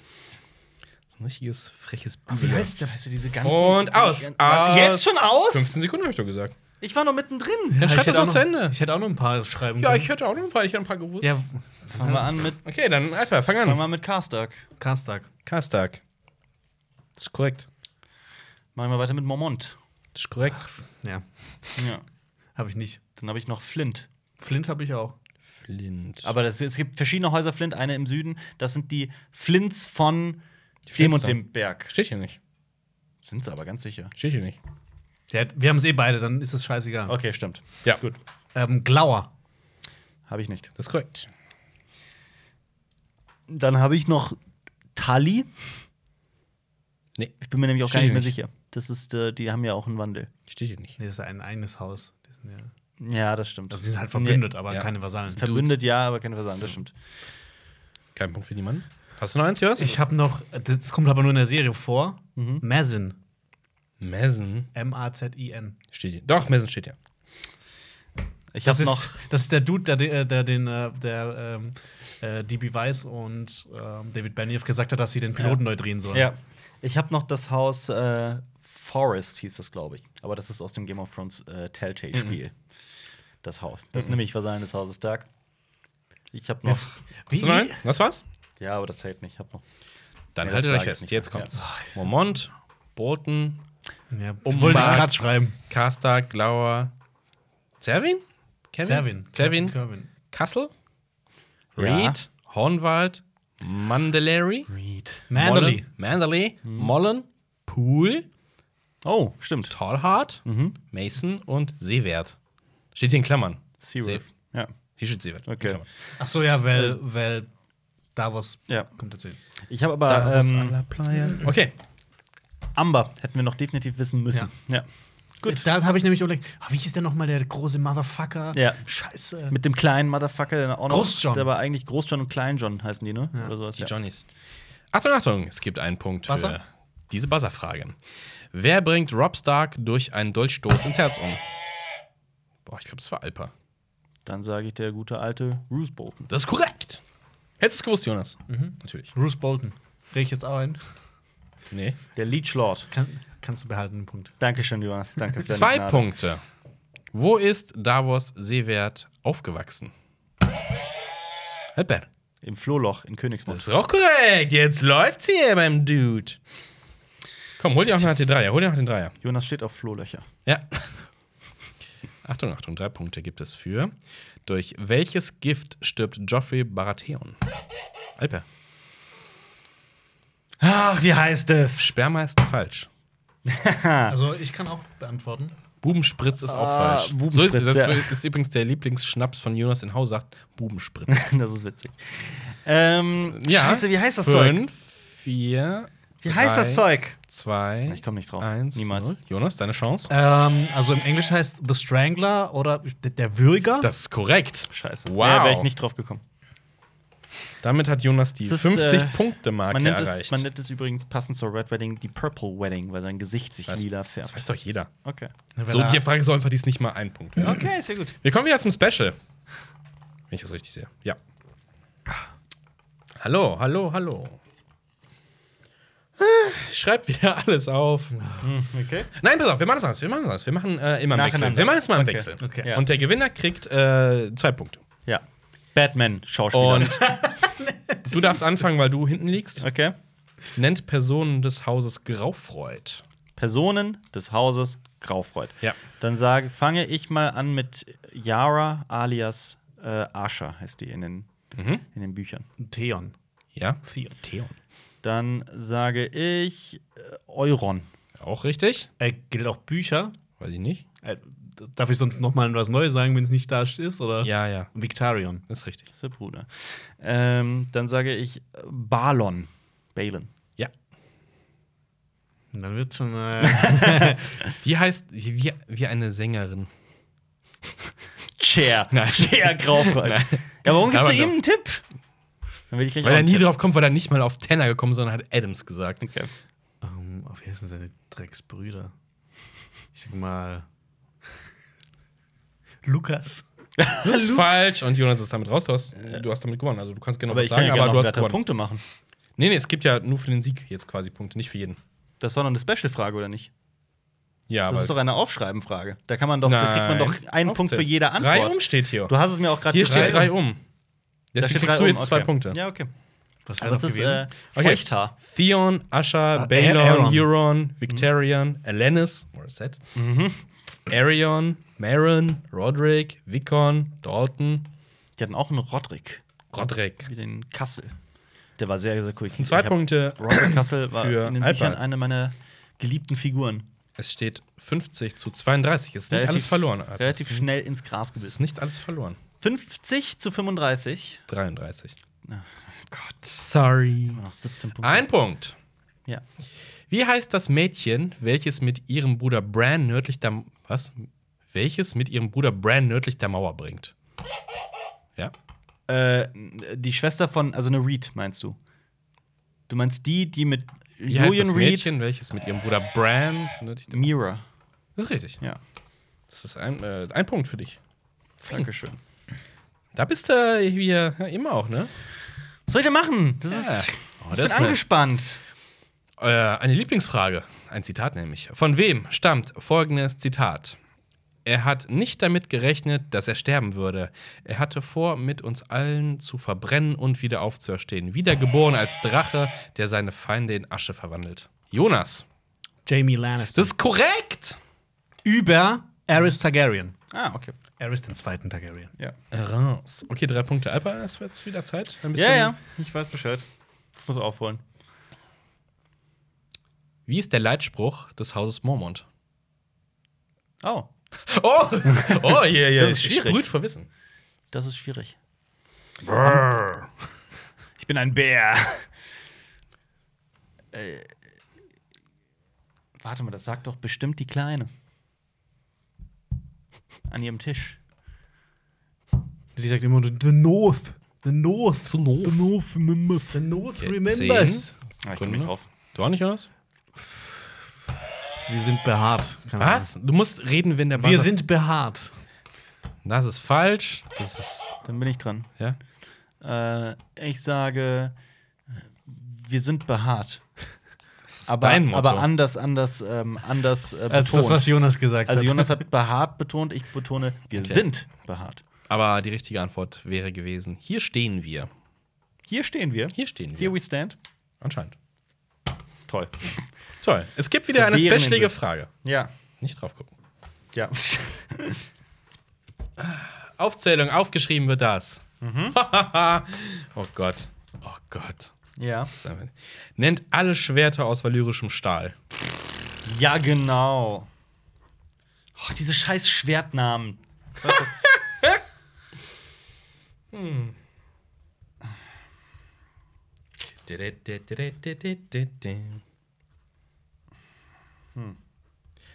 So ein richtiges freches
Wie
Büffel.
heißt der? Weißt du, diese ganzen,
Und aus,
diese ganzen- Jetzt schon aus?
15 Sekunden habe ich doch gesagt.
Ich war noch mittendrin.
Ja,
ich
schreib
hätte
das
auch
doch
noch
zu Ende.
Ich hätte auch noch ein paar schreiben
Ja,
können.
ich hätte auch noch ein paar, ich hätte ein paar gewusst.
Ja,
Fangen wir an mit.
Okay, dann Alper, fang
Fangen
an.
wir an mit Karstark.
Karstag.
Kastag. Das ist korrekt.
Machen wir weiter mit Mormont.
Das ist korrekt.
Ja,
Ja.
habe ich nicht.
Dann habe ich noch Flint.
Flint habe ich auch.
Flint.
Aber das, es gibt verschiedene Häuser Flint, eine im Süden. Das sind die Flints von
Die
dem
Flintstones.
und dem Berg.
Steht hier nicht.
Sind sie aber ganz sicher.
Steht hier nicht.
Ja, wir haben es eh beide, dann ist es
Oh.
scheißegal.
Okay, stimmt.
Ja.
Gut.
Ähm, Glauer.
Habe ich nicht.
Das ist korrekt.
Dann habe ich noch Tali.
Nee,
Ich bin mir nämlich auch gar
Steht
nicht mehr
nicht.
sicher. Das ist, äh, die haben ja auch einen Wandel.
steht hier nicht.
Nee, das ist ein eigenes Haus. Die sind, ja,
Ja, das stimmt.
also, die sind halt verbündet, aber
Ja.
keine Vasallen.
Nee, verbündet, ja, aber keine Versagen, das stimmt.
Kein Punkt für die Mann. Hast du noch eins, Jörg?
Ich habe noch, das kommt aber nur in der Serie vor.
Mhm.
Mazin.
Messen.
M-A-Z-I-N.
Steht hier. Doch, Messen steht hier.
Ich
Das
habe
ist,
noch.
das ist der Dude, der, de- der den äh, der, ähm, äh, DB Weiss und ähm, David Benioff gesagt hat, dass sie den Piloten neu drehen sollen.
Ja. Ich habe noch das Haus äh, Forest, hieß das, glaube ich. Aber das ist aus dem Game of Thrones äh, Telltale-Spiel. Das Haus. Das ist nämlich Vasallen des Hauses Stark. Ich habe noch.
Wie?
Hast du noch eins?
wie-
Das war's?
Ja, aber das zählt nicht. Ich habe noch.
Dann
Nee, das
haltet euch
sag ich
fest.
nicht.
Jetzt kommt's. Mormont, Bolton,
Ja,
Um-
wollte ich
Mark-
gerade schreiben.
Karstark, Glauer, Zerwin? Kevin?
Servin.
Zerwin.
Kerwin.
Kassel,
Ja.
Reed, Hornwald, Mandalary,
Reed.
Manderly.
Mollen, Mandalay, Mollen, Pool,
Oh, stimmt.
Tallhart,
Mhm.
Mason und Seewert. Steht hier in Klammern.
Seawolf.
Safe.
Ja.
Hier steht Seewert. in
Okay.
Klammern.
Ach so, ja,
Äh.
weil, weil Davos
Ja.
kommt dazu.
Ich habe aber. Ähm,
Okay.
Amber hätten wir noch definitiv wissen müssen. Ja.
Gut. Da habe ich nämlich überlegt, ah, wie hieß denn nochmal der große Motherfucker?
Ja.
Scheiße.
Mit dem kleinen Motherfucker, der auch noch.
Großjohn.
Der war eigentlich Großjohn und Kleinjohn heißen die, ne? Oder sowas.
Die
Ja.
Johnnies. Achtung, Achtung, es gibt einen Punkt
Wasser?
für diese Buzzer-Frage. Wer bringt Rob Stark durch einen Dolchstoß ins Herz um? Boah, ich glaube, das war Alpa.
Dann sage ich der gute alte Bruce Bolton.
Das ist korrekt. Hättest du es gewusst, Jonas?
Mhm.
Natürlich.
Bruce Bolton. Reg ich jetzt auch ein.
Nee.
Der Leech Lord.
Kann, kannst du behalten, den Punkt.
Dankeschön, Jonas. Danke für deine
Zwei
Gnade.
Punkte. Wo ist Davos Seewert aufgewachsen? Halper.
Im Flohloch in
Das
Königsmund.
ist auch korrekt. Jetzt läuft's hier beim Dude. Komm, hol dir auch noch den Dreier. Hol dir noch den Dreier.
Jonas steht auf Flohlöcher.
Ja. Achtung, Achtung, drei Punkte gibt es für. Durch welches Gift stirbt Joffrey Baratheon? Alper.
Ach, wie heißt es?
Sperma ist falsch.
Also, ich kann auch beantworten.
Bubenspritz ist auch
Ah,
falsch. so
Bubenspritz,
ist, das
ja.
ist übrigens der Lieblingsschnaps von Jonas in Hausacht. Bubenspritz.
Das ist witzig. Ähm, Scheiße, wie heißt das Zeug?
fünf, Vier.
Wie heißt das Zeug?
Zwei.
Ich komm nicht drauf.
Eins.
Niemals.
Null. Jonas, deine Chance.
Ähm, also, im Englisch heißt The Strangler oder der, der Würger.
Das ist korrekt.
Scheiße.
Wow.
Ja, wäre ich nicht drauf gekommen.
Damit hat Jonas die
Das ist, äh,
50-Punkte-Marke
Man nennt,
erreicht.
es, man nennt es übrigens passend zur Red Wedding die Purple Wedding, weil sein Gesicht sich
Weiß-
lila
das
färbt.
weiß doch jeder.
Okay.
Weil
So,
er-
die Frage soll einfach dies nicht mal ein Punkt werden.
Okay, sehr gut.
Wir kommen wieder zum Special. Wenn ich das richtig sehe. Ja. Hallo, hallo, hallo. Ah, Schreibt wieder alles auf.
Hm, Okay.
Nein, pass auf, wir machen es anders. Wir machen es anders. Wir machen äh, immer im Wechsel.
Nacheinander.
Wir machen es mal im
Okay,
Wechsel.
okay.
Ja.
Und der Gewinner kriegt äh, zwei Punkte.
Ja. Batman Schauspieler.
Und du darfst anfangen, weil du hinten liegst.
okay.
Nennt Personen des Hauses Graufreud.
Personen des Hauses Graufreud.
Ja.
Dann sage, fange ich mal an mit Yara alias äh, Asha, heißt die in den,
Mhm.
in den Büchern.
Theon.
Ja.
Theon.
Theon.
Dann sage ich äh, Euron.
Auch richtig?
Äh, gilt auch Bücher.
Weiß ich nicht.
Äh, darf ich sonst noch mal was Neues sagen, wenn es nicht da ist? Oder?
Ja, ja.
Victarion.
Ist richtig.
Das ist der Bruder. Ähm, dann sage ich äh, Balon. Balon.
Ja.
Und Dann wird schon. Äh,
Die heißt wie, wie eine Sängerin.
Chair.
Nein.
Chair Graufreud. Ja, warum gibst
Aber
du
doch.
ihm einen Tipp? Dann will ich gleich
Weil
auch
er nie
einen
drauf kommt, weil er nicht mal auf Tanner gekommen, sondern hat Adams gesagt.
Tipp. Okay.
ähm, auf wie heißen seine Drecksbrüder? Ich sag mal. Lukas.
Das ist falsch und Jonas ist damit raus. Du hast, du hast damit gewonnen. Also du kannst genau
Äh. Aber
was
ich kann
sagen,
ja gerne
aber du
noch
hast
weitere
gewonnen.
Punkte machen.
Nee, nee, es gibt ja nur für den Sieg jetzt quasi Punkte, nicht für jeden.
Das war noch eine Special-Frage, oder nicht?
Ja,
Das
aber
ist doch eine Aufschreiben-Frage. Da kann man doch, da kriegt man doch
Nein.
einen Punkt für
Aufzählen.
jede
Drei
Antwort.
um steht hier.
Du hast es mir auch gerade
Hier steht
gesagt.
drei um.
Da
Deswegen
steht
kriegst
drei
du
um,
jetzt zwei
okay.
Punkte.
Ja, okay.
Was
Aber es ist äh,
Okay.
Feuchthaar.
Theon, Asha,
Ah,
Balon,
Mhm.
Aeron.
Euron, Victarion, Alanis, Morissette,
Mhm.
Arion, Maron, Roderick, Vicon, Dalton,
Die hatten auch einen Rodrik,
Roderick.
wie den Kassel. Der war sehr, sehr cool. Das
sind zwei Punkte
Roderick Kassel war
für
in den
Alpert.
Büchern eine meiner geliebten Figuren.
Es steht 50 zu 32. Es ist nicht
Relativ-
alles verloren. Mhm. Alter.
Relativ
Es ist-
schnell ins Gras
Es ist
gebissen.
nicht alles verloren.
50 zu 35.
33.
Gott.
Sorry.
Noch 17 Punkte.
Ein Punkt.
Ja.
Wie heißt das Mädchen, welches mit ihrem Bruder Bran nördlich der was? Welches mit ihrem Bruder Bran nördlich der Mauer bringt? Ja.
Äh, die Schwester von, also eine Reed, meinst du? Du meinst die, die mit
Wie heißt das
Julian Reed,
Mädchen, welches mit ihrem Bruder Bran nördlich der
Mira.
Das ist richtig.
Ja.
Das ist ein, äh, ein Punkt für dich.
Dankeschön.
Da bist du hier ja, immer auch, ne?
Was soll ich denn machen? Das ist.
Ja.
ich
Oh, das
bin
ist eine-
angespannt.
Äh, eine Lieblingsfrage, ein Zitat nämlich. Von wem stammt folgendes Zitat? Er hat nicht damit gerechnet, dass er sterben würde. Er hatte vor, mit uns allen zu verbrennen und wieder aufzuerstehen. Wiedergeboren als Drache, der seine Feinde in Asche verwandelt. Jonas,
Jamie Lannister.
das ist korrekt!
über Aerys Targaryen.
Ah, okay.
Aerys den zweiten Targaryen.
Ja.
Reims. Okay, drei Punkte. Alper, es wird wieder Zeit. Ein bisschen-
Ja, ja. Ich weiß Bescheid. Ich muss aufholen.
Wie ist der Leitspruch des Hauses Mormont?
Oh,
Oh! Oh, je, je.
Das ist schwierig.
Sprüht vor Wissen.
das ist schwierig. Ich bin ein Bär. Äh, warte mal, das sagt doch bestimmt die Kleine. An ihrem Tisch.
Ah,
Die sagt immer nur, The North. The North.
Zu North.
The North remembers. The North remembers.
Ah, ich komm nicht drauf.
Du auch nicht, Jonas?
Wir sind behaart.
Ah,
Keine
Was? Du musst reden, wenn der
Ahnung. Wir
Buzzer-
sind behaart.
Das ist falsch. Das ist.
Dann bin ich dran.
Ja.
Äh, ich sage, wir sind behaart.
Das ist
Aber,
dein Motto.
aber anders, anders, ähm, anders äh, betont.
Als das, was Jonas gesagt
also
hat.
Jonas hat behaart betont, ich betone, wir
Okay.
sind behaart.
aber die richtige Antwort wäre gewesen: Hier stehen wir.
Hier stehen wir.
Hier stehen wir.
Here we stand.
Anscheinend.
Toll.
Toll. Es gibt wieder eine
Verwehren
specialige
Insel.
Frage.
Ja,
Nicht drauf gucken.
ja.
Aufzählung, aufgeschrieben wird das. oh Gott. Oh Gott.
ja.
Das ist einfach- Nennt alle Schwerter aus valyrischem Stahl.
Ja, genau. Oh, diese scheiß Schwertnamen.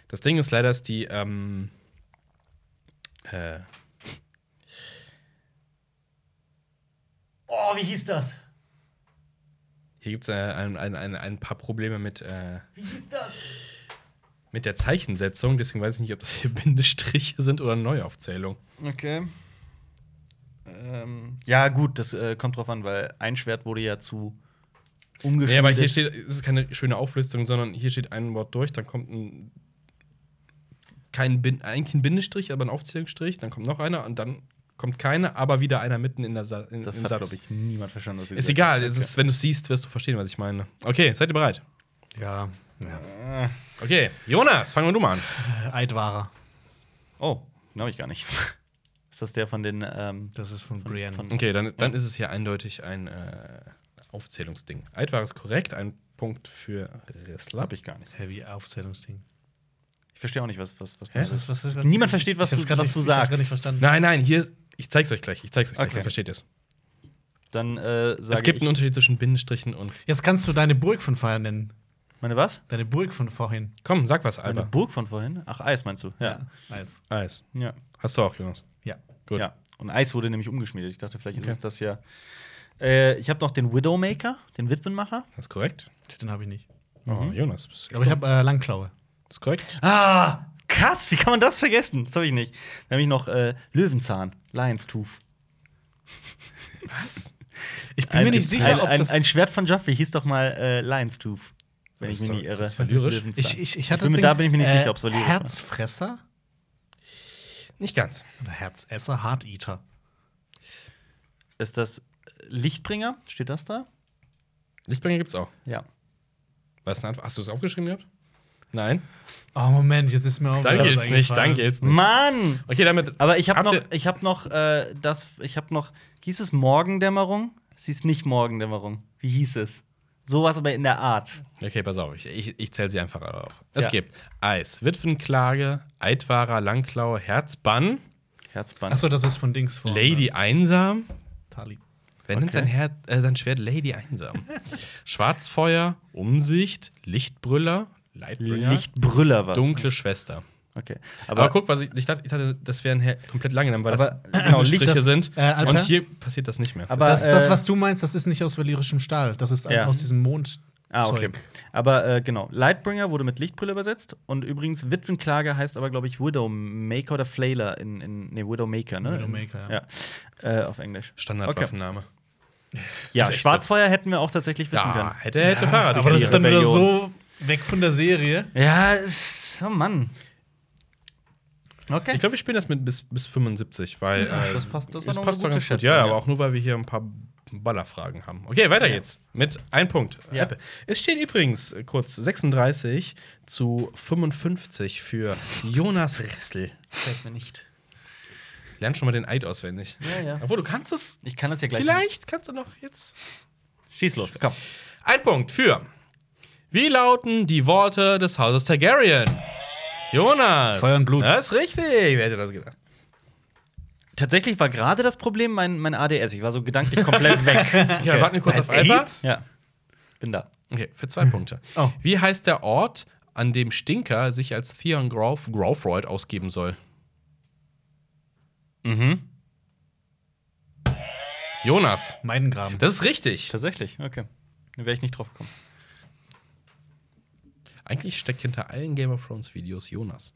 Das Ding ist leider, dass die ähm, äh,
Oh, wie hieß das?
hier gibt es äh, ein, ein, ein, ein paar Probleme mit, äh,
Wie hieß das?
mit der Zeichensetzung, deswegen weiß ich nicht, ob das hier Bindestriche sind oder Neuaufzählung.
Okay. Ähm, ja, gut, das äh, kommt drauf an, weil ein Schwert wurde ja zu umgeschnitten.
Nee, aber hier steht, es ist keine schöne Auflistung, sondern hier steht ein Wort durch, dann kommt ein kein Bin, eigentlich ein Bindestrich, aber ein Aufzählungsstrich, dann kommt noch einer und dann kommt keine, aber wieder einer mitten in der Sa in,
das
im
hat,
Satz.
glaube ich, niemand verstanden. Was sie
Ist
gesagt
egal,
hat.
es ist, wenn du es siehst, wirst du verstehen, was ich meine. Okay, seid ihr bereit?
ja. ja.
Okay, Jonas, fangen wir du mal an.
Äh, Eidwahrer.
Oh, den habe ich gar nicht. ist das der von den. Ähm,
Das ist von Brienne.
von-
Okay, dann, dann ist es hier eindeutig ein äh, Aufzählungsding. Eid war es korrekt, ein Punkt für Rissler.
hab ich gar nicht.
Heavy Aufzählungsding.
Ich verstehe auch nicht, was. was, was
Hä?
passiert.
Was- was- was-
Niemand versteht, was
ich hab's
du-
grad
was
nicht-
du
Ich hab's
sagst.
grad nicht verstanden.
Nein, nein, hier, ich zeig's euch gleich, ich zeig's euch gleich,
Okay.
dann versteht ihr es.
Dann äh, sage
Es gibt
ich.
einen Unterschied zwischen Bindestrichen und.
Jetzt kannst du deine Burg von vorher nennen.
Meine was?
Deine Burg von vorhin.
Komm, sag was,
Meine
Alba.
Burg von vorhin? Ach, Eis meinst du? Ja.
Eis.
Eis.
Ja.
Ah, Hast du auch, Jonas.
Ja.
Gut.
ja. Und Eis wurde nämlich umgeschmiedet. Ich dachte, vielleicht
Okay.
ist es das ja. Äh, ich habe noch den Widowmaker, den Witwenmacher.
Das ist korrekt.
Den habe ich nicht.
Oh,
Mhm.
Jonas. bist du-
Aber ich habe äh, Langklaue.
Das ist korrekt.
Ah, krass, wie kann man das vergessen? Das habe ich nicht. Dann habe ich noch äh, Löwenzahn, Lion's Tooth.
Was?
Ich bin
Ein-
mir nicht
ein,
sicher, ob
ein,
das.
ein Schwert von Joffrey hieß doch mal äh, Lion's Tooth. Wenn ich
Ist
mich
doch-
nicht
ist
irre.
das valyrisch?
Löwenzahn.
ich, ich, ich hatte
bin mir-
den-
da bin ich mir nicht
äh,
sicher, ob's valyrisch war.
Herzfresser
Nicht ganz.
oder Herzesser, Heart Eater.
Ist das Lichtbringer? Steht das da?
Lichtbringer gibt's auch.
Ja.
Weißt du, hast du es aufgeschrieben gehabt? Nein?
Oh, Moment, jetzt ist mir auch
Dann
was
geht's nicht, dann
eingefallen.
geht's nicht.
Mann!
Okay, damit.
Aber ich habe
Habt
noch,
ihr-
ich habe noch, äh, das, ich habe noch, hieß es Morgendämmerung? Es hieß nicht Morgendämmerung. Wie hieß es? Sowas aber in der Art.
Okay, pass auf, ich, ich, ich zähle sie einfach alle auf. Es
Ja.
gibt Eis, Witwenklage, Eidwahrer, Langklau, Herzbann,
Herzband.
Achso, das ist von Dings von.
Lady Einsam.
Tali.
Wer nennt sein, Her äh, sein Schwert Lady Einsam? Schwarzfeuer, Umsicht, Lichtbrüller, Leitbringer,
Lichtbrüller was.
dunkle Schwester.
Okay.
Aber,
Aber,
guck, was ich, ich dachte, ich dachte das wären he- komplett lange, weil
Aber,
das
genau,
Striche
Licht- das-
sind.
äh, Alper?
und hier passiert das nicht mehr.
Aber-
Das, das,
äh,
was du meinst, das ist nicht aus valyrischem Stahl. Das ist ein-
Ja.
aus diesem Mond.
ah, okay.
Zeug.
Aber äh, genau, Lightbringer wurde mit Lichtbrille übersetzt und übrigens Witwenklage heißt aber glaube ich Widowmaker oder Flailer in, in nee, Widowmaker, ne?
Widowmaker,
ja. ja. Äh, auf Englisch.
Standardwaffenname.
Ja,
Ist echt so.
Schwarzfeuer hätten wir auch tatsächlich wissen
Ja,
können.
hätte, hätte Fahrrad.
Aber das ist dann
Rebellion.
wieder so weg von der Serie.
Ja, es- oh Mann. Okay.
Ich glaube, wir spielen das mit bis, bis 75, weil. Äh,
das passt- das war noch eine
passt doch
gute
ganz gut.
Schätzung,
Ja,
ja.
aber auch nur, weil wir hier ein paar Ballerfragen haben. Okay, weiter geht's. Mit einem Punkt.
Ja.
Apple. Es steht übrigens äh, kurz 36 zu 55 für Jonas Ressel.
Fällt mir nicht.
Lern schon mal den Eid auswendig.
Ja, ja.
Obwohl, du kannst es.
Ich kann das ja gleich.
Vielleicht kannst du noch jetzt.
Schieß los, komm.
Ein Punkt für. Wie lauten die Worte des Hauses Targaryen? Jonas.
Feuer und Blut.
Das ist richtig. Wer hätte das gedacht?
Tatsächlich war gerade das Problem mein, mein ADS. Ich war so gedanklich komplett weg.
Ja, warten wir kurz auf Alba.
AIDS?
Ja. Bin da.
Okay, für zwei Punkte.
Oh.
Wie heißt der Ort, an dem Stinker sich als Theon Groff Grofroyd ausgeben soll?
Mhm.
Jonas.
Meidengraben.
Das ist richtig.
Tatsächlich, okay. Da wäre ich nicht drauf gekommen.
Eigentlich steckt hinter allen Game of Thrones Videos Jonas.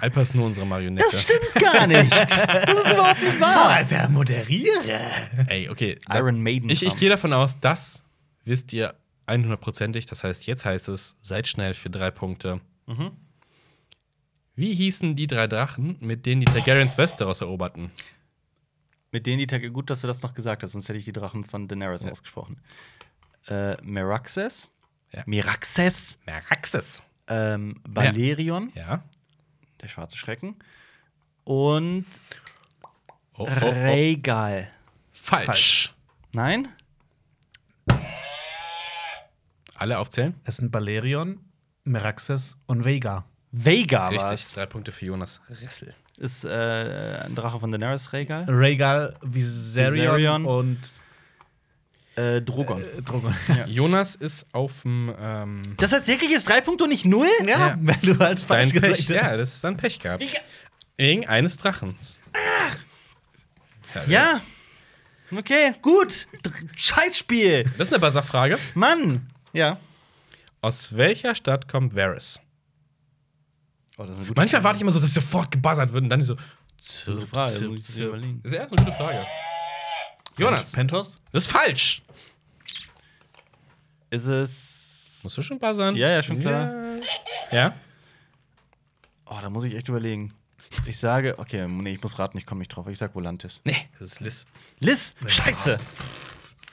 Alper ist nur unsere Marionette.
Gar nicht. Das ist überhaupt nicht wahr.
wer moderiere?
Ey, okay. da-
Ah. Iron Maiden.
Ich, ich gehe davon aus, das wisst ihr 100%ig. Das heißt, jetzt heißt es, seid schnell für drei Punkte.
Mhm.
Wie hießen die drei Drachen, mit denen die Targaryens Westeros eroberten?
Mit denen die Tage. Gut, dass du das noch gesagt hast, sonst hätte ich die Drachen von Daenerys ausgesprochen. Äh, Meraxes.
Ja.
Meraxes.
Meraxes.
Ähm, Valerion.
Ja.
Der schwarze Schrecken. Und
Oh, oh, oh.
Rhaegal.
Falsch.
Nein?
Alle aufzählen?
Es sind Balerion, Meraxes und Vega.
Vega war
Richtig,
es.
drei Punkte für Jonas Ressel.
Ist äh, ein Drache von Daenerys Rhaegal.
Rhaegal, Viserion,
Viserion.
und
Äh, Drogon.
äh, Drogon.
Jonas ist auf dem. Ähm,
Das heißt, der kriegt jetzt drei Punkte und nicht null?
Ja, wenn du
dein
halt falsch
Pech.
gesagt
Ja,
hast.
das ist dann Pech gehabt. Wegen eines Drachens.
Ah! Ja. Okay, gut. Dr- Scheißspiel.
Das ist eine Buzzer-Frage.
Mann. Ja.
Aus welcher Stadt kommt Varys?
Oh, das ist eine gute
Manchmal warte ich immer so, dass sofort gebuzzert wird und dann so.
Gute
Zirp,
Frage,
zirp,
muss ich
zirp.
überlegen.
Das ist erst eine gute Frage. Jonas,
Pentos?
das ist falsch.
Ist es.
Musst du schon buzzern?
Ja, ja, schon klar.
Ja. ja?
Oh, da muss ich echt überlegen. Ich sage, okay, nee, ich muss raten, ich komme nicht drauf. Ich sag Volantis.
Nee, das ist Liz.
Liz! Scheiße!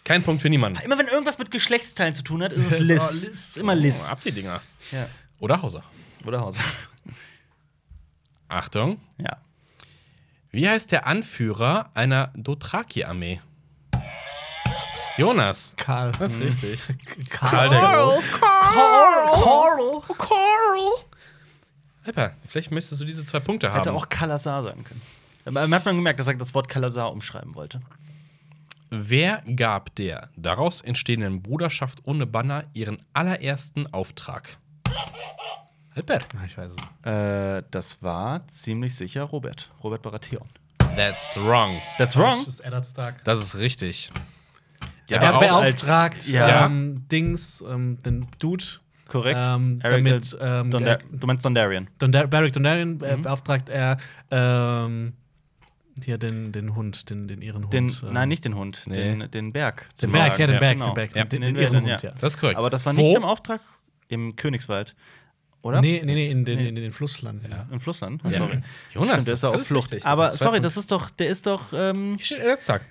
Kein Punkt für niemanden.
Immer wenn irgendwas mit Geschlechtsteilen zu tun hat, ist es Liz.
Oh, Liz.
Ist immer
Oh,
Liz.
ab die Dinger.
Ja.
Oder Hauser.
Oder Haus.
Achtung.
Ja.
Wie heißt der Anführer einer Dothraki-Armee? Jonas.
Karl.
Das ist richtig.
Karl
der Große.
Coral.
Coral. Alper, vielleicht möchtest du diese zwei Punkte haben.
Hätte auch Kalasar sein können. Aber hat man gemerkt, dass er das Wort Kalasar umschreiben wollte.
Wer gab der daraus entstehenden Bruderschaft ohne Banner ihren allerersten Auftrag? Alper.
Ah, Ich weiß es.
Äh, das war ziemlich sicher Robert. Robert Baratheon.
That's wrong.
That's wrong.
Das ist Eddard Stark.
Das ist richtig.
Ja,
Aber
Er
auch als-
beauftragt
ja.
ähm, Dings, ähm, den Dude.
Korrekt.
Ähm,
Eric
damit ähm,
Donder
der-
du meinst Dondarian.
Donder Beric Dondarrion
Mhm.
äh, beauftragt er ähm, hier den, den Hund, den, den ihren Hund.
Den,
ähm,
nein, nicht den Hund,
nee.
den, den Berg.
Den
Zum
Berg, ja, den
Ja,
Berg,
genau.
den Berg,
Ja.
den,
In
den,
den
ihren
Wäldern,
Hund,
ja.
ja.
Das ist korrekt.
Aber das war nicht
Wo?
im Auftrag im Königswald, oder?
Nee, nee, nee, in den,
Nee.
In den Flussland. Ja.
Im Flussland?
Ja.
Sorry.
Jonas,
Stimmt, der ist ja auf
alles
Flucht.
richtig. Das
Aber
sind zwei
sorry,
Punkte.
das ist doch, der ist doch, ähm,
Hier steht Eddard Stark.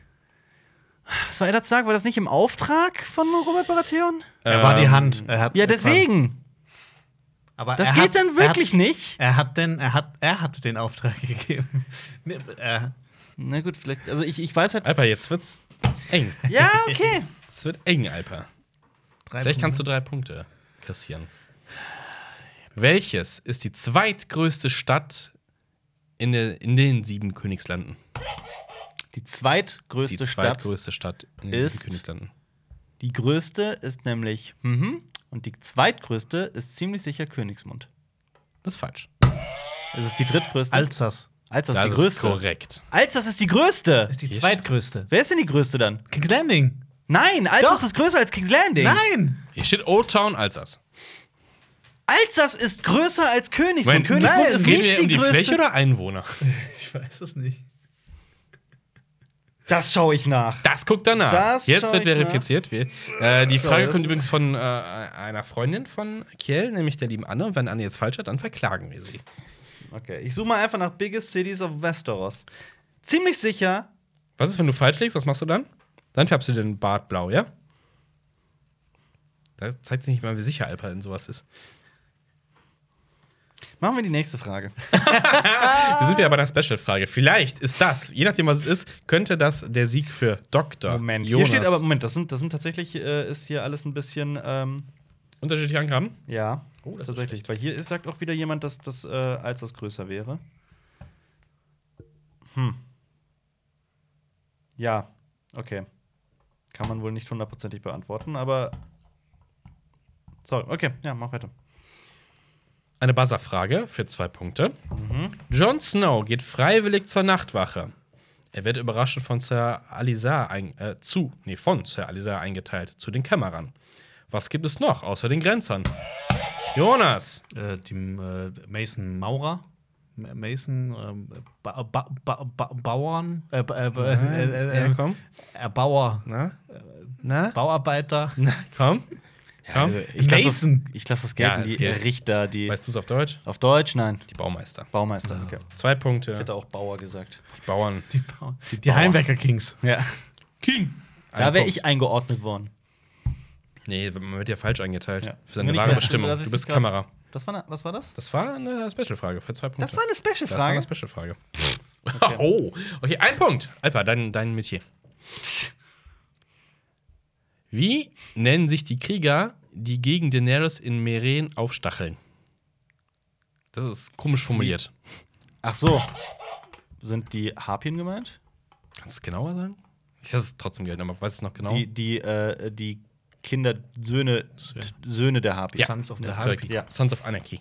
Was war Eddard Stark? War das nicht im Auftrag von Robert Baratheon?
Er war die
Ähm,
Hand. Er hat,
Ja, deswegen.
Aber
Das
er
geht
hat-
dann
er
wirklich
hat,
nicht.
Er hat denn, er hat, er hat den Auftrag gegeben. Nee, äh,
Na gut, vielleicht. Also ich, ich weiß halt.
Alper, jetzt wird's eng.
Ja, okay.
Es wird eng, Alper.
drei
Vielleicht kannst
Punkte.
du drei Punkte kassieren. Welches ist die zweitgrößte Stadt in, der, in den sieben Königslanden?
Die zweitgrößte
Die
Stadt.
zweitgrößte Stadt in den
ist-
sieben Königslanden.
Die größte ist nämlich mhm, und die zweitgrößte ist ziemlich sicher Königsmund.
Das ist falsch.
Es ist die drittgrößte.
Alsas
Alsters ist die
ist
größte.
korrekt.
Alsters ist die größte.
ist die
Hier
zweitgrößte.
Wer ist denn die größte dann?
King's Landing.
Nein, Alsters
Doch.
ist größer als King's Landing.
Nein!
Hier steht Old Town Alsace.
Alsters ist größer als Königsmund.
Moment,
Königsmund
nein,
ist
Reden
nicht
wir um
die
die
größte.
Fläche oder Einwohner?
Ich weiß es nicht.
Das schaue ich nach.
Das guckt danach.
Das
Jetzt
schau
wird
ich
verifiziert. Wir, äh, die
So,
Frage
das
kommt
ist-
übrigens von äh, einer Freundin von Kiel, nämlich der lieben Anne. Und wenn Anne jetzt falsch hat, dann verklagen wir sie.
Okay, ich suche mal einfach nach Biggest Cities of Westeros. Ziemlich sicher.
Was ist, wenn du falsch liegst? Was machst du dann? Dann färbst du den Bart blau, ja? Da zeigt sich nicht mal, wie sicher Alper in sowas ist.
Machen wir die nächste Frage.
Wir sind wieder bei einer Special-Frage. Vielleicht ist das, je nachdem, was es ist, könnte das der Sieg für Dr.
Moment,
Jonas.
hier steht aber, Moment, das sind, das sind tatsächlich, äh, ist hier alles ein bisschen, ähm,
Unterschiedliche Angaben?
ja,
Oh, das ist
tatsächlich. Weil hier ist- sagt auch wieder jemand, dass das äh, Alsters größer wäre. Hm. Ja, okay. Kann man wohl nicht hundertprozentig beantworten, aber. Sorry, okay, ja, mach weiter.
Eine Buzzer-Frage für zwei Punkte. Jon Snow geht freiwillig zur Nachtwache. Er wird überraschend von Sir Alizar ein, äh, zu, nee, von Sir Alizar eingeteilt zu den Kämmerern. Was gibt es noch außer den Grenzern? Jonas,
Äh, die äh, Mason Maurer. Ma- Mason, ähm, ba ba ba ba Bauern, äh, ba- äh, äh, äh,
ja,
äh,
komm.
Erbauer,
Na? Na?
Bauarbeiter.
Na, Äh, komm. komm.
also, Ich
lass das-
lasse
Mason.
das
gelten,
gelten,
die
die Richter, die.
Weißt Ah, du es auf Deutsch?
auf Deutsch, nein.
Die Baumeister.
Baumeister, okay.
Zwei Punkte.
auch Bauer gesagt.
Die Bauern.
Die, Bauer. die Heimwerker Kings.
Ja.
King.
Da wäre ich eingeordnet worden.
Nee, man wird ja falsch eingeteilt.
Ja.
Für seine
Bin ich
wahre
mir-
Bestimmung.
das ist
Du bist
grad-
Kamera.
Das war, ne, was war das?
Das war eine Special-Frage für zwei Punkte.
Das war eine
Das war eine
Special-Frage.
Special-Frage. Oh, okay, ein Punkt. Alpa, dein, dein Metier. Wie nennen sich die Krieger, die gegen Daenerys in Meren aufstacheln? Das ist komisch formuliert.
Ach so. Sind die Harpien gemeint?
Kannst du es genauer sagen? Ich lasse es trotzdem gelten, aber weiß es noch genau?
Die, die, äh, die Kinder, Söhne,
Söhne.
Söhne der Harpien.
Sons of the
das ist
Harpy.
korrekt.
ja.
Sons of Anarchy.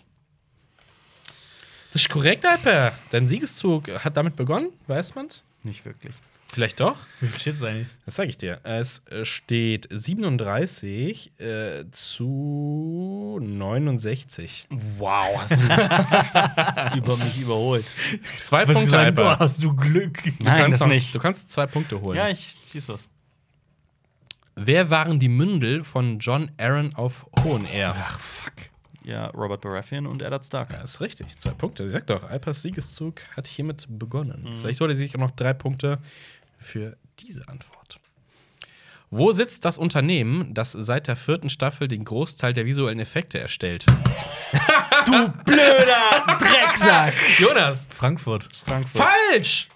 Das ist korrekt, Alper. Dein Siegeszug hat damit begonnen, weiß man's?
Nicht wirklich.
Vielleicht doch?
Wie viel steht's eigentlich?
Das sage ich dir. Es äh, steht 37 äh, zu 69.
Wow, hast du über mich überholt.
Zwei
Was
Punkte,
gesagt, boah,
Alper.
hast du Glück.
Du
Nein,
kannst
das
noch-
nicht.
Du kannst zwei Punkte holen.
Ja, ich schieß los.
Wer waren die Mündel von John Aaron auf Hohenair? Ach,
Ja, Robert Baratheon und Eddard Stark.
das ist richtig. Zwei Punkte. Ich sag doch, Alpers Siegeszug hat hiermit begonnen.
Mhm.
Vielleicht holt er sich auch noch drei Punkte für diese Antwort. Wo sitzt das Unternehmen, das seit der vierten Staffel den Großteil der visuellen Effekte erstellt?
Du blöder Drecksack!
Jonas!
Frankfurt.
Frankfurt.
Falsch!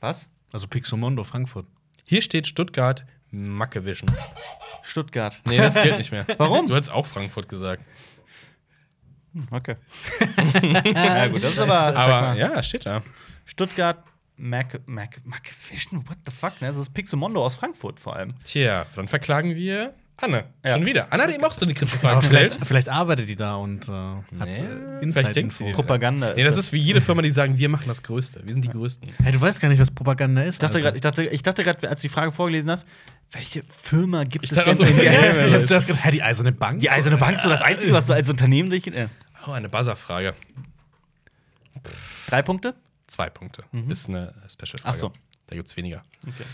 Was?
Also Pixomondo, Frankfurt.
Hier steht Stuttgart Mackevision.
Stuttgart.
Nee, das gilt nicht mehr.
Warum?
Du hast auch Frankfurt gesagt.
Hm, Okay. ja, gut, das ist aber.
Aber ja, steht da.
Stuttgart, Mac, Mac, Macvision, what the fuck, ne? Das ist Pixomondo aus Frankfurt vor allem.
Tja, dann verklagen wir Anne.
Ja.
Schon wieder. Anne hat eben auch so eine kritische
Aber
Frage gestellt.
vielleicht, vielleicht arbeitet die da und äh, hat
Nee, vielleicht
äh,
denkt sie
Inside-Info.
das.
Propaganda
Nee, das
das.
ist wie jede Firma, die sagen, wir machen das Größte. Wir sind die Größten.
Hey, du weißt gar nicht, was Propaganda ist.
Ich dachte gerade, ich dachte, ich dachte grad, als du die Frage vorgelesen hast, welche Firma gibt
Ich
es
dachte
denn?
auch so,
in der-
Unternehmen.
ich hab zuerst gedacht, hä, die Eiserne Bank?
die Eiserne Bank ist so das Einzige, was du als Unternehmen durch. Äh,
Oh, eine Buzzer-Frage.
drei Punkte?
Zwei Punkte. Ist eine Special-Frage.
Ach so.
Da gibt's weniger.
Okay.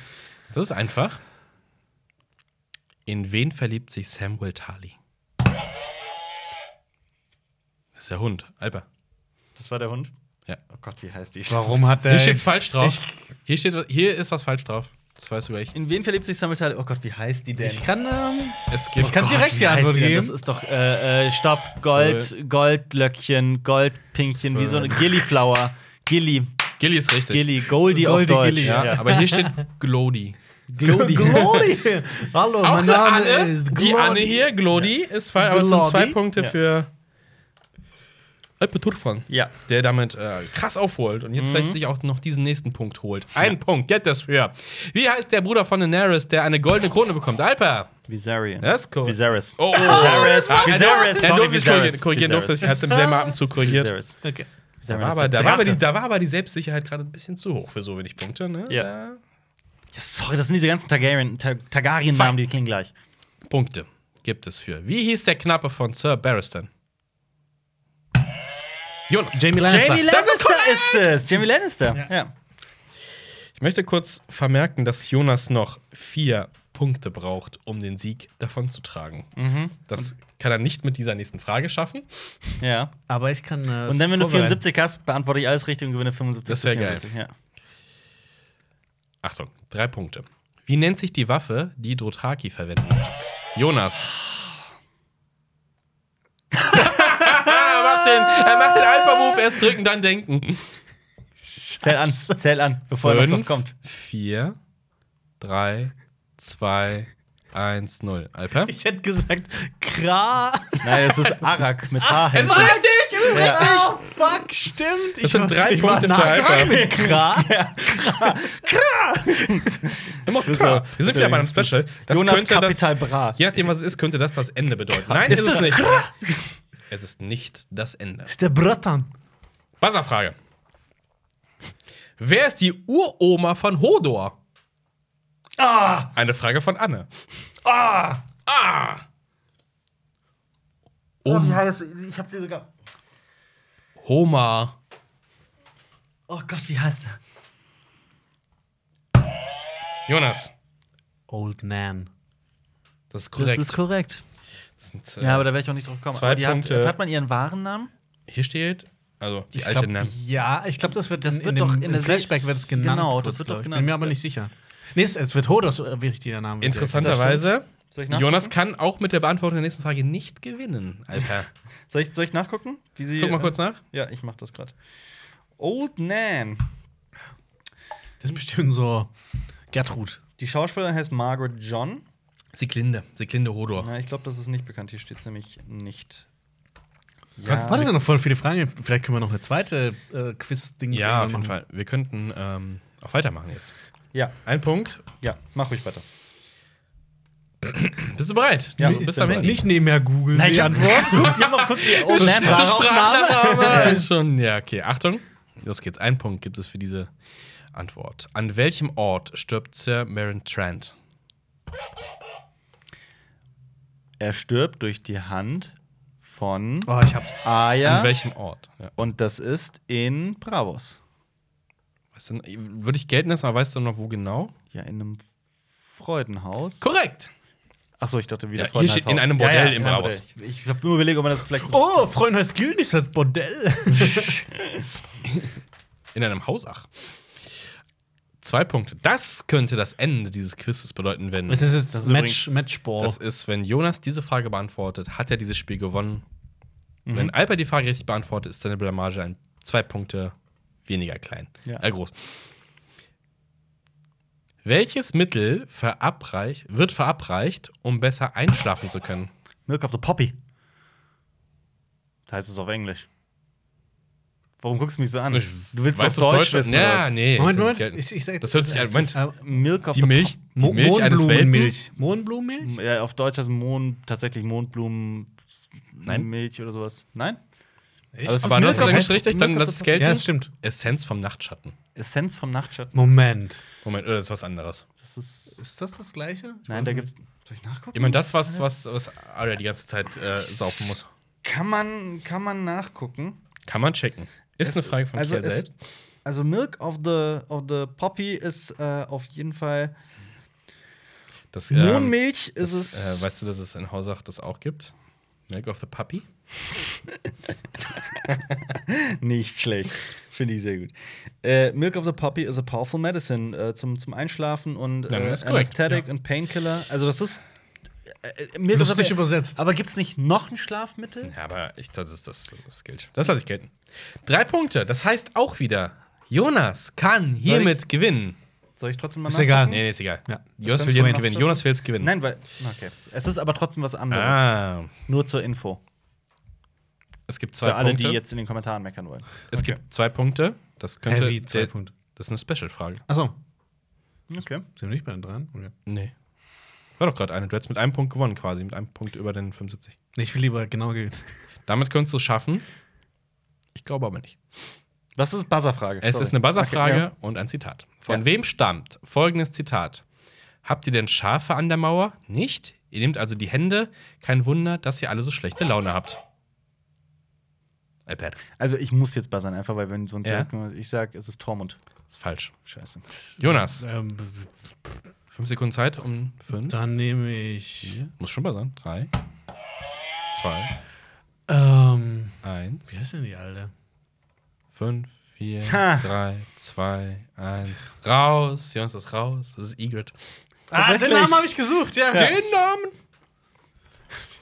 Das ist einfach. In wen verliebt sich Samuel Tarly? Das ist der Hund. Alper.
Das war der Hund.
Ja.
Oh Gott, wie heißt die?
Warum hat der.
Hier steht's falsch drauf. Hier, steht, hier ist was falsch drauf. Das weißt du gleich.
In wen verliebt sich Sammelteil? Oh Gott, wie heißt die denn?
Ich kann, ähm,
Es gibt
ich kann
Gott,
direkt
wie
die
heißt
Antwort
denn?
geben.
Das ist doch äh, äh, Stopp, Gold, Goldlöckchen, Goldpinkchen, wie so eine Gilliflower. Gilli,
Gilly ist richtig.
Gilli, Goldie, auf
Goldie,
Deutsch.
Gilli,
Ja, aber hier steht Glody.
Glody.
Glody! Hallo,
Auch
mein
eine
Name
Anne,
ist Glody.
Die Anne hier, Glody, ist falsch, aber es sind
Glody.
zwei Punkte
Ja.
für Alpe Turfan,
Ja.
der damit äh, krass aufholt und jetzt vielleicht sich auch noch diesen nächsten Punkt holt. Mhm. Ein Punkt, get das für. Wie heißt der Bruder von Daenerys, der eine goldene Krone bekommt? Alper.
Viserion.
Das ist cool.
Viserys.
Oh, oh.
Viserys.
Ah,
Viserys. Sorry,
Er durfte sich korrigieren,
Viserys.
korrigieren durfte, ich
Viserys.
hatte es im selben Atemzug korrigiert.
Viserys.
Okay.
Da
Viserys
war,
ist
aber,
der
da, war aber
Drache.
die, da war aber die Selbstsicherheit gerade ein bisschen zu hoch für so wenig Punkte, ne?
Ja.
Da-
Ja, sorry, das sind diese ganzen Targaryen- Ta- Targaryen-Namen, die klingen gleich.
Punkte gibt es für. Wie hieß der Knappe von Sir Barristan? Jonas.
Jamie Lannister.
Jamie
Das ist
Lannister ist es. Jamie Lannister. Ja.
Ich möchte kurz vermerken, dass Jonas noch vier Punkte braucht, um den Sieg davonzutragen. Das kann er nicht mit dieser nächsten Frage schaffen.
ja.
Aber ich kann. Äh,
Und dann, wenn du
vorbereiten.
74 hast, beantworte ich alles richtig und gewinne 75.
Das wär
zu 44. Ja.
Achtung, drei Punkte. Wie nennt sich die Waffe, die Dothraki verwenden? Jonas. er macht den, er macht den Alpha-Move, erst drücken, dann denken.
Zähl an, zähl an, bevor er noch kommt.
4, 3, 2, 1, 0. Alper?
Ich hätte gesagt, Kra.
Nein, es ist Arak mit H.
Ah,
hinten.
richtig!
Oh, fuck, stimmt. Ich
Das sind
war-
drei
ich war
Punkte
nah
für
dran
Alper.
mit Kra.
Immer klar. Wir sind wieder bei einem Special. Das
Jonas
könnte das,
Kapital Bra.
je nachdem, was es ist, könnte das das Ende bedeuten. Nein,
Ist
ist es
das-
nicht. Es ist nicht das Ende.
Ist der Bratan.
Wasserfrage. Wer ist die Uroma von Hodor? Ah! Eine Frage von Anne. Ah! Ah!
Oh, wie
Um,
heißt sie? Ich hab sie sogar.
Homer.
Oh Gott, wie heißt er?
Jonas.
Old Man.
Das ist korrekt.
korrekt.
Das sind, äh,
Ja, aber da werde ich auch nicht drauf kommen.
Zwei
aber die
Punkte.
Hat, hat man ihren wahren Namen?
hier steht, also die
Ich
alte
glaub,
Namen.
ja, ich glaube, das wird,
Das
in,
wird
in
doch
dem,
in
im
der Serie-
Flashback wird es genannt.
Genau,
kurz,
das wird
glaub
doch
ich.
genannt.
Bin mir aber nicht sicher. Nee, es, es wird Hodos, äh, wie richtig der Name
Interessanterweise,
Soll ich nachgucken?
Jonas kann auch mit der Beantwortung der nächsten Frage nicht gewinnen, Alper.
Soll ich, soll ich nachgucken? Wie sie,
Guck mal kurz nach.
Ja, ich mach das gerade. Old Nan.
Das ist bestimmt so Gertrud.
Die Schauspielerin heißt Margaret John.
Sieglinde, Sieglinde Hodor.
Na, ich glaube, das ist nicht bekannt. Hier steht es nämlich nicht.
Kannst, Warte, sind noch voll viele Fragen. Vielleicht können wir noch eine zweite äh, Quiz-Ding
Ja, auf jeden Fall. Wir könnten ähm, auch weitermachen jetzt.
ja,
Ein Punkt.
ja, mach ruhig weiter.
Bist du bereit?
Ja,
du
ich
bist
bin
am Handy.
Nicht nebenher googeln.
Na, ich
Die
hab geguckt, ich hab auch geguckt, die Old Nan
Zur
war.
Sprachnachahme. schon. Ja, okay. Achtung. Los geht's. Ein Punkt gibt es für diese Antwort. An welchem Ort stirbt Sir Marin Trent?
Er stirbt durch die Hand von
Oh, ich hab's.
An
Aya.
welchem Ort? Ja.
Und das ist in Bravos.
Was denn, würde ich gelten lassen, aber weißt du noch, wo genau?
Ja, in einem Freudenhaus.
Korrekt.
Achso, ich dachte, wie
Ja,
das
hier steht in
Freudenhaushaus.
einem Bordell
ja,
in
ja,
Bravos.
Bordell. Ich, ich hab nur überlegt, ob man das vielleicht so.
Oh, Freund, das gilt nicht als Bordell.
In einem Hausach. Zwei Punkte. Das könnte das Ende dieses Quizzes bedeuten, wenn.
Es ist jetzt
Das ist
Match,
übrigens-
Matchball.
Das ist, wenn Jonas diese Frage beantwortet, hat er dieses Spiel gewonnen.
Mhm.
Wenn Alper die Frage richtig beantwortet, ist seine Blamage ein zwei Punkte weniger klein.
Ja.
Äh, groß. Welches Mittel verabreicht, wird verabreicht, um besser einschlafen zu können?
Milk of the Poppy. Da heißt es auf Englisch. Warum guckst du mich so an?
Ich
du willst
weiß,
auf
dass
Deutsch wissen, oder
Ja,
was?
nee.
Moment,
das
Moment.
ist
Ich, ich sag,
Das hört sich an-
es ist,
Moment.
äh,
Milk of
die
the
Milch, die
Mo
Milch eines Welpen.
Mohnblumenmilch. Mohnblumenmilch?
Ja, auf Deutsch heißt Mond tatsächlich Mondblumen.
Nein.
Milch oder sowas. Nein?
Aber
es ist
das
Milch
ist
of the-
eigentlich richtig, dann
Milk of
lass
the-
es gelten.
Ja, das stimmt.
Essenz vom Nachtschatten.
Essenz vom Nachtschatten.
Moment.
Moment, oder das ist was anderes.
Das ist.
Ist das das gleiche?
Nein, da gibt's. Soll ich nachgucken?
Ich meine, das, was, was, was Arya die ganze Zeit äh, saufen muss.
Kann man, kann man nachgucken.
Kann man checken. Ist eine Frage von
also
Kiel
es-
selbst.
Also Milk of the, of the Poppy ist äh, auf jeden Fall.
Das,
Mohnmilch ist
das,
es.
Äh, weißt du, dass es in Hausach das auch gibt? Milk of the Puppy?
nicht schlecht. Finde ich sehr gut. Äh, Milk of the Poppy is a powerful medicine äh, zum, zum Einschlafen und
Ja,
äh,
das ist korrekt,
Anesthetic
ja.
und Painkiller. Also, das ist. Äh, Milk of the
Lustig
Poppy-
übersetzt.
Aber gibt's nicht noch ein Schlafmittel?
Ja, aber ich, das ist das, das gilt. Das lasse ich gelten. Drei Punkte, das heißt auch wieder, Jonas kann hiermit gewinnen.
Soll ich trotzdem mal
Ist egal.
nachgucken?
Nee, nee, ist egal.
Ja.
Das
Jonas will
kannst du
jetzt
noch
gewinnen.
schaffen.
Jonas will jetzt gewinnen.
Nein, weil. Okay. Es ist aber trotzdem was anderes.
Ah,
Nur zur Info.
es gibt zwei
Für alle,
Punkte.
die jetzt in den Kommentaren meckern wollen.
Es gibt zwei Punkte. Das könnte.
Heavy, zwei
der-
Punkte.
Das ist eine Special-Frage.
Achso,
Okay.
sind wir nicht bei den Dreien? Okay.
Nee. War doch gerade eine. Du hättest mit einem Punkt gewonnen, quasi. Mit einem Punkt über den 75.
Nee, Ich will lieber genau gehen.
Damit könntest du es schaffen. Ich glaube aber nicht.
Was ist Buzzerfrage?
Es
Sorry.
ist eine Buzzerfrage
Okay, ja.
und ein Zitat. Von
Ja.
wem stammt folgendes Zitat? Habt ihr denn Schafe an der Mauer? Nicht? Ihr nehmt also die Hände. Kein Wunder, dass ihr alle so schlechte Laune habt. iPad.
Also, ich muss jetzt buzzern, einfach weil, wenn so ein
Ja.
Zelt nur. Ich sag, es ist Tormund.
Ist falsch.
Scheiße.
Jonas,
Ähm,
fünf Sekunden Zeit um fünf.
dann nehme ich.
Vier. Muss schon mal sein. Drei. Zwei.
Ähm,
Eins.
wie heißt denn die Alte?
5, 4,
Ha.
3, 2, 1. Raus. Jonas ist raus. Das ist Egret.
Ah, den
Tatsächlich.
Namen habe ich gesucht, ja.
Den Namen.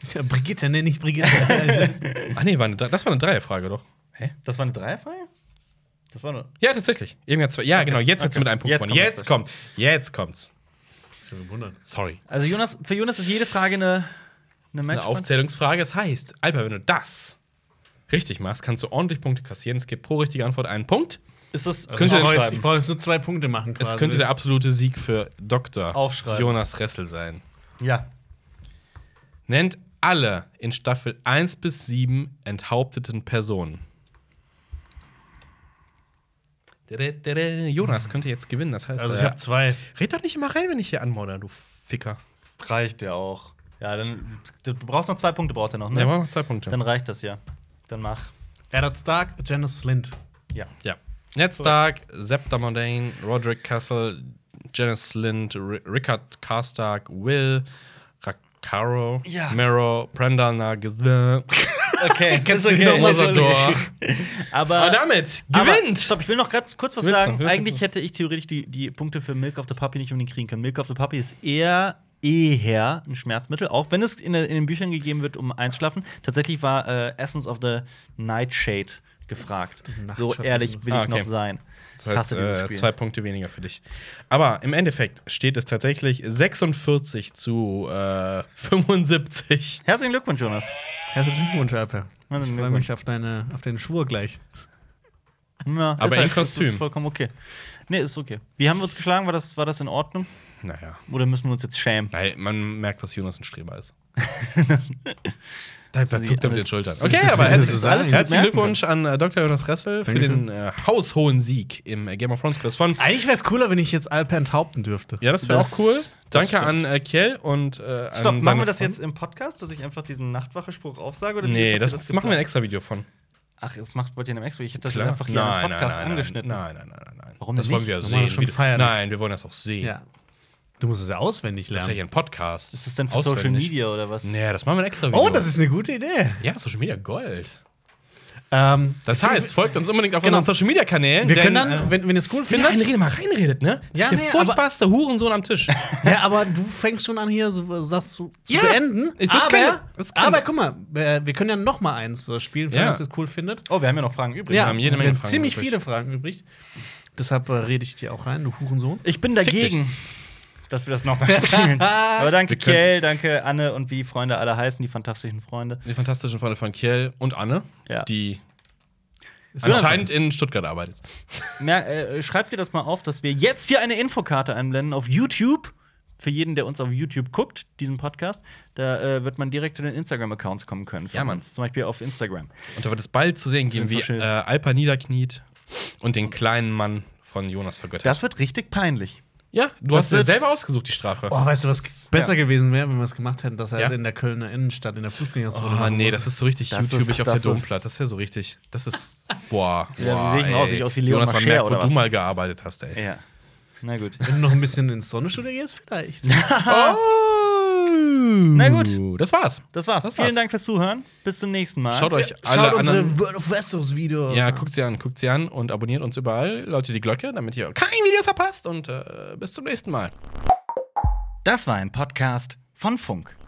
Ist ja Brigitte, nee, nicht Brigitte.
Ach nee, war eine, Dre- das war eine Dreierfrage doch. Hä?
Das war eine Dreierfrage? Das war eine.
Ja, tatsächlich. Eben ganz zwei. Ja, genau. Jetzt hat sie
okay.
mit einem Punkt
Jetzt
gewonnen.
kommt
Jetzt
das
kommt. Jetzt kommt's.
ich bin gewundert.
Sorry.
Also, Jonas, für Jonas ist jede Frage eine. Eine,
Das ist eine Aufzählungsfrage. Das heißt, Alper, wenn du das richtig machst, kannst du ordentlich Punkte kassieren. Es gibt pro richtige Antwort einen Punkt.
Ist das,
Das könnt ihr
ich brauche jetzt,
aufschreiben.
ich brauche jetzt nur zwei Punkte machen.
Es
Quasi.
könnte der absolute Sieg für Dr.
Aufschreiben.
Jonas Ressel sein.
Ja.
Nennt alle in Staffel 1 bis 7 enthaupteten Personen. Jonas könnte jetzt gewinnen, das heißt.
Also, ich
äh,
habe zwei.
red doch nicht immer rein, wenn ich hier anmodere, du Ficker.
Reicht ja auch. Ja, dann. Du brauchst noch zwei Punkte, braucht er noch, ne?
Der braucht noch zwei Punkte.
Dann reicht das ja. Dann mach.
Eddard Stark, Janice Lind.
Ja.
ja. Ned Stark, Sepp Damodane, Roderick Castle, Janice Lind, R Rickard Karstark, Will, Rakaro,
Ja.
Mero, Prendal Nagis. Aber
Okay, kannst
du noch mal so durch.
Aber.
damit
aber-
gewinnt!
Stopp, ich will noch ganz kurz was
Willst du?
sagen.
Willst du?
Eigentlich hätte ich theoretisch die, die Punkte für Milk of the Puppy nicht unbedingt kriegen können. Milk of the Puppy ist eher eher ein Schmerzmittel, auch wenn es in, der- in den Büchern gegeben wird, um einzuschlafen. Tatsächlich war äh, Essence of the Nightshade gefragt. So
Nachtschatten.
ehrlich will ich
Ah, okay.
noch sein.
Das heißt,
Hasse dieses
äh,
Spiel.
zwei Punkte weniger für dich. Aber im Endeffekt steht es tatsächlich 46 zu äh, 75.
Herzlichen Glückwunsch, Jonas.
Herzlichen Glückwunsch, Alper.
Nein,
Ich
nein,
freue mich auf, deine, auf deinen Schwur gleich.
Ja,
Aber
ist
in
halt- Ist,
Kostüm.
ist vollkommen okay. Nee, ist okay. Wie haben wir uns geschlagen? War das, war das in Ordnung?
Naja.
Oder müssen wir uns jetzt schämen?
Nein, man merkt, dass Jonas ein Streber ist. da, da zuckt er mit den
alles-
Schultern.
das-
Okay,
das-
aber
das-
herzlichen,
das- das- das-
herzlichen
merken
Glückwunsch an äh, Dr. Jonas Ressel für
Dankeschön.
den äh, haushohen Sieg im äh, Game of Thrones Quiz von.
Eigentlich wäre es cooler, wenn ich jetzt Alper enthaupten dürfte.
Ja, das wäre
Das-
auch cool.
das
Danke an äh, Kiel und äh, an
Stopp,
seine
machen Ähm, wir das
Freunde.
jetzt im Podcast, dass ich einfach diesen Nachtwache-Spruch aufsage? Oder wie habt
Nee,
ihr
das,
geplant?
machen wir ein extra Video von.
Ach, das macht, wollt ihr in einem Extra? Ich hätte das jetzt einfach hier im Podcast angeschnitten.
Nein, nein, nein, nein, nein.
Warum
das
denn
wollen wir ja
Wollen wir
sehen.
das schon
wie du-
feiern?
nein, wir wollen das auch sehen.
Ja. Du musst es ja auswendig
Das ist ja
lernen.
hier ein Podcast.
Ist das denn für
Auswendig.
Social Media oder was?
Nee, das machen wir ein extra Video.
Oh, das ist eine gute Idee.
Ja, Social Media Gold.
Ähm,
Das heißt, folgt uns unbedingt auf
Genau.
unseren Social Media Kanälen.
wir
denn,
können dann,
äh,
wenn, wenn ihr es cool
wenn
findet.
eine Rede mal reinredet, ne? Das
Ja,
ist der
nee, aber-
furchtbarste Hurensohn am Tisch.
Ja, aber du fängst schon an hier, so, sagst du, zu
Ja,
beenden.
ich- das
aber,
kann- das kann-
aber guck mal, äh, wir können ja noch mal eins äh, spielen, wenn
Ja.
ihr es cool findet.
Oh, wir haben ja noch Fragen übrig.
Ja. haben jede Menge
wir haben
Fragen
ziemlich
übrig.
viele Fragen übrig. Deshalb äh, rede ich dir auch rein, du Hurensohn.
Ich bin dagegen, dass wir das nochmal spielen. Aber danke,
Wir können-
Kjell, danke, Anne und wie die Freunde alle heißen, die fantastischen Freunde.
Die fantastischen Freunde von Kiel und Anne,
Ja.
die
Ist
anscheinend in Stuttgart arbeitet.
Mer äh, schreibt dir das mal auf, dass wir jetzt hier eine Infokarte einblenden auf YouTube. Für jeden, der uns auf YouTube guckt, diesen Podcast, da äh, wird man direkt zu den Instagram-Accounts kommen können. von
Ja, Mann.
Uns, zum Beispiel auf Instagram.
Und da wird es bald zu sehen geben,
ist so
wie
schön.
äh, Alpa niederkniet und den kleinen Mann von Jonas vergöttert.
Das wird richtig peinlich.
ja, du
das
hast dir
wird-
selber ausgesucht, die Strafe.
Oh, weißt du, was besser gewesen wäre, wenn wir es gemacht hätten, dass er also
Ja.
in der Kölner Innenstadt, in der Fußgängerzone.
Oh,
machen
nee,
muss.
das ist so richtig
Das ist-
YouTubig auf der
das ist-
Domplatte. Das wäre so richtig. Das ist. Boah. boah
Ja, wie sehe ich denn aus?
ey.
Sehe ich aus wie Leon
Jonas, man
Mascher
merkt, wo
oder
du
was?
mal gearbeitet hast, ey.
Ja. Na gut.
Wenn du noch ein bisschen ins Sonnenstudio gehst, vielleicht.
Oh!
Oh. Na gut,
Das war's.
das war's.
Das war's.
Vielen Dank fürs Zuhören. Bis zum nächsten Mal.
Schaut euch alle
Schaut
anderen.
unsere World of Westeros Videos.
Ja,
an.
guckt sie an, guckt sie an und abonniert uns überall. Leute die Glocke, damit ihr kein Video verpasst und äh, bis zum nächsten Mal.
Das war ein Podcast von Funk.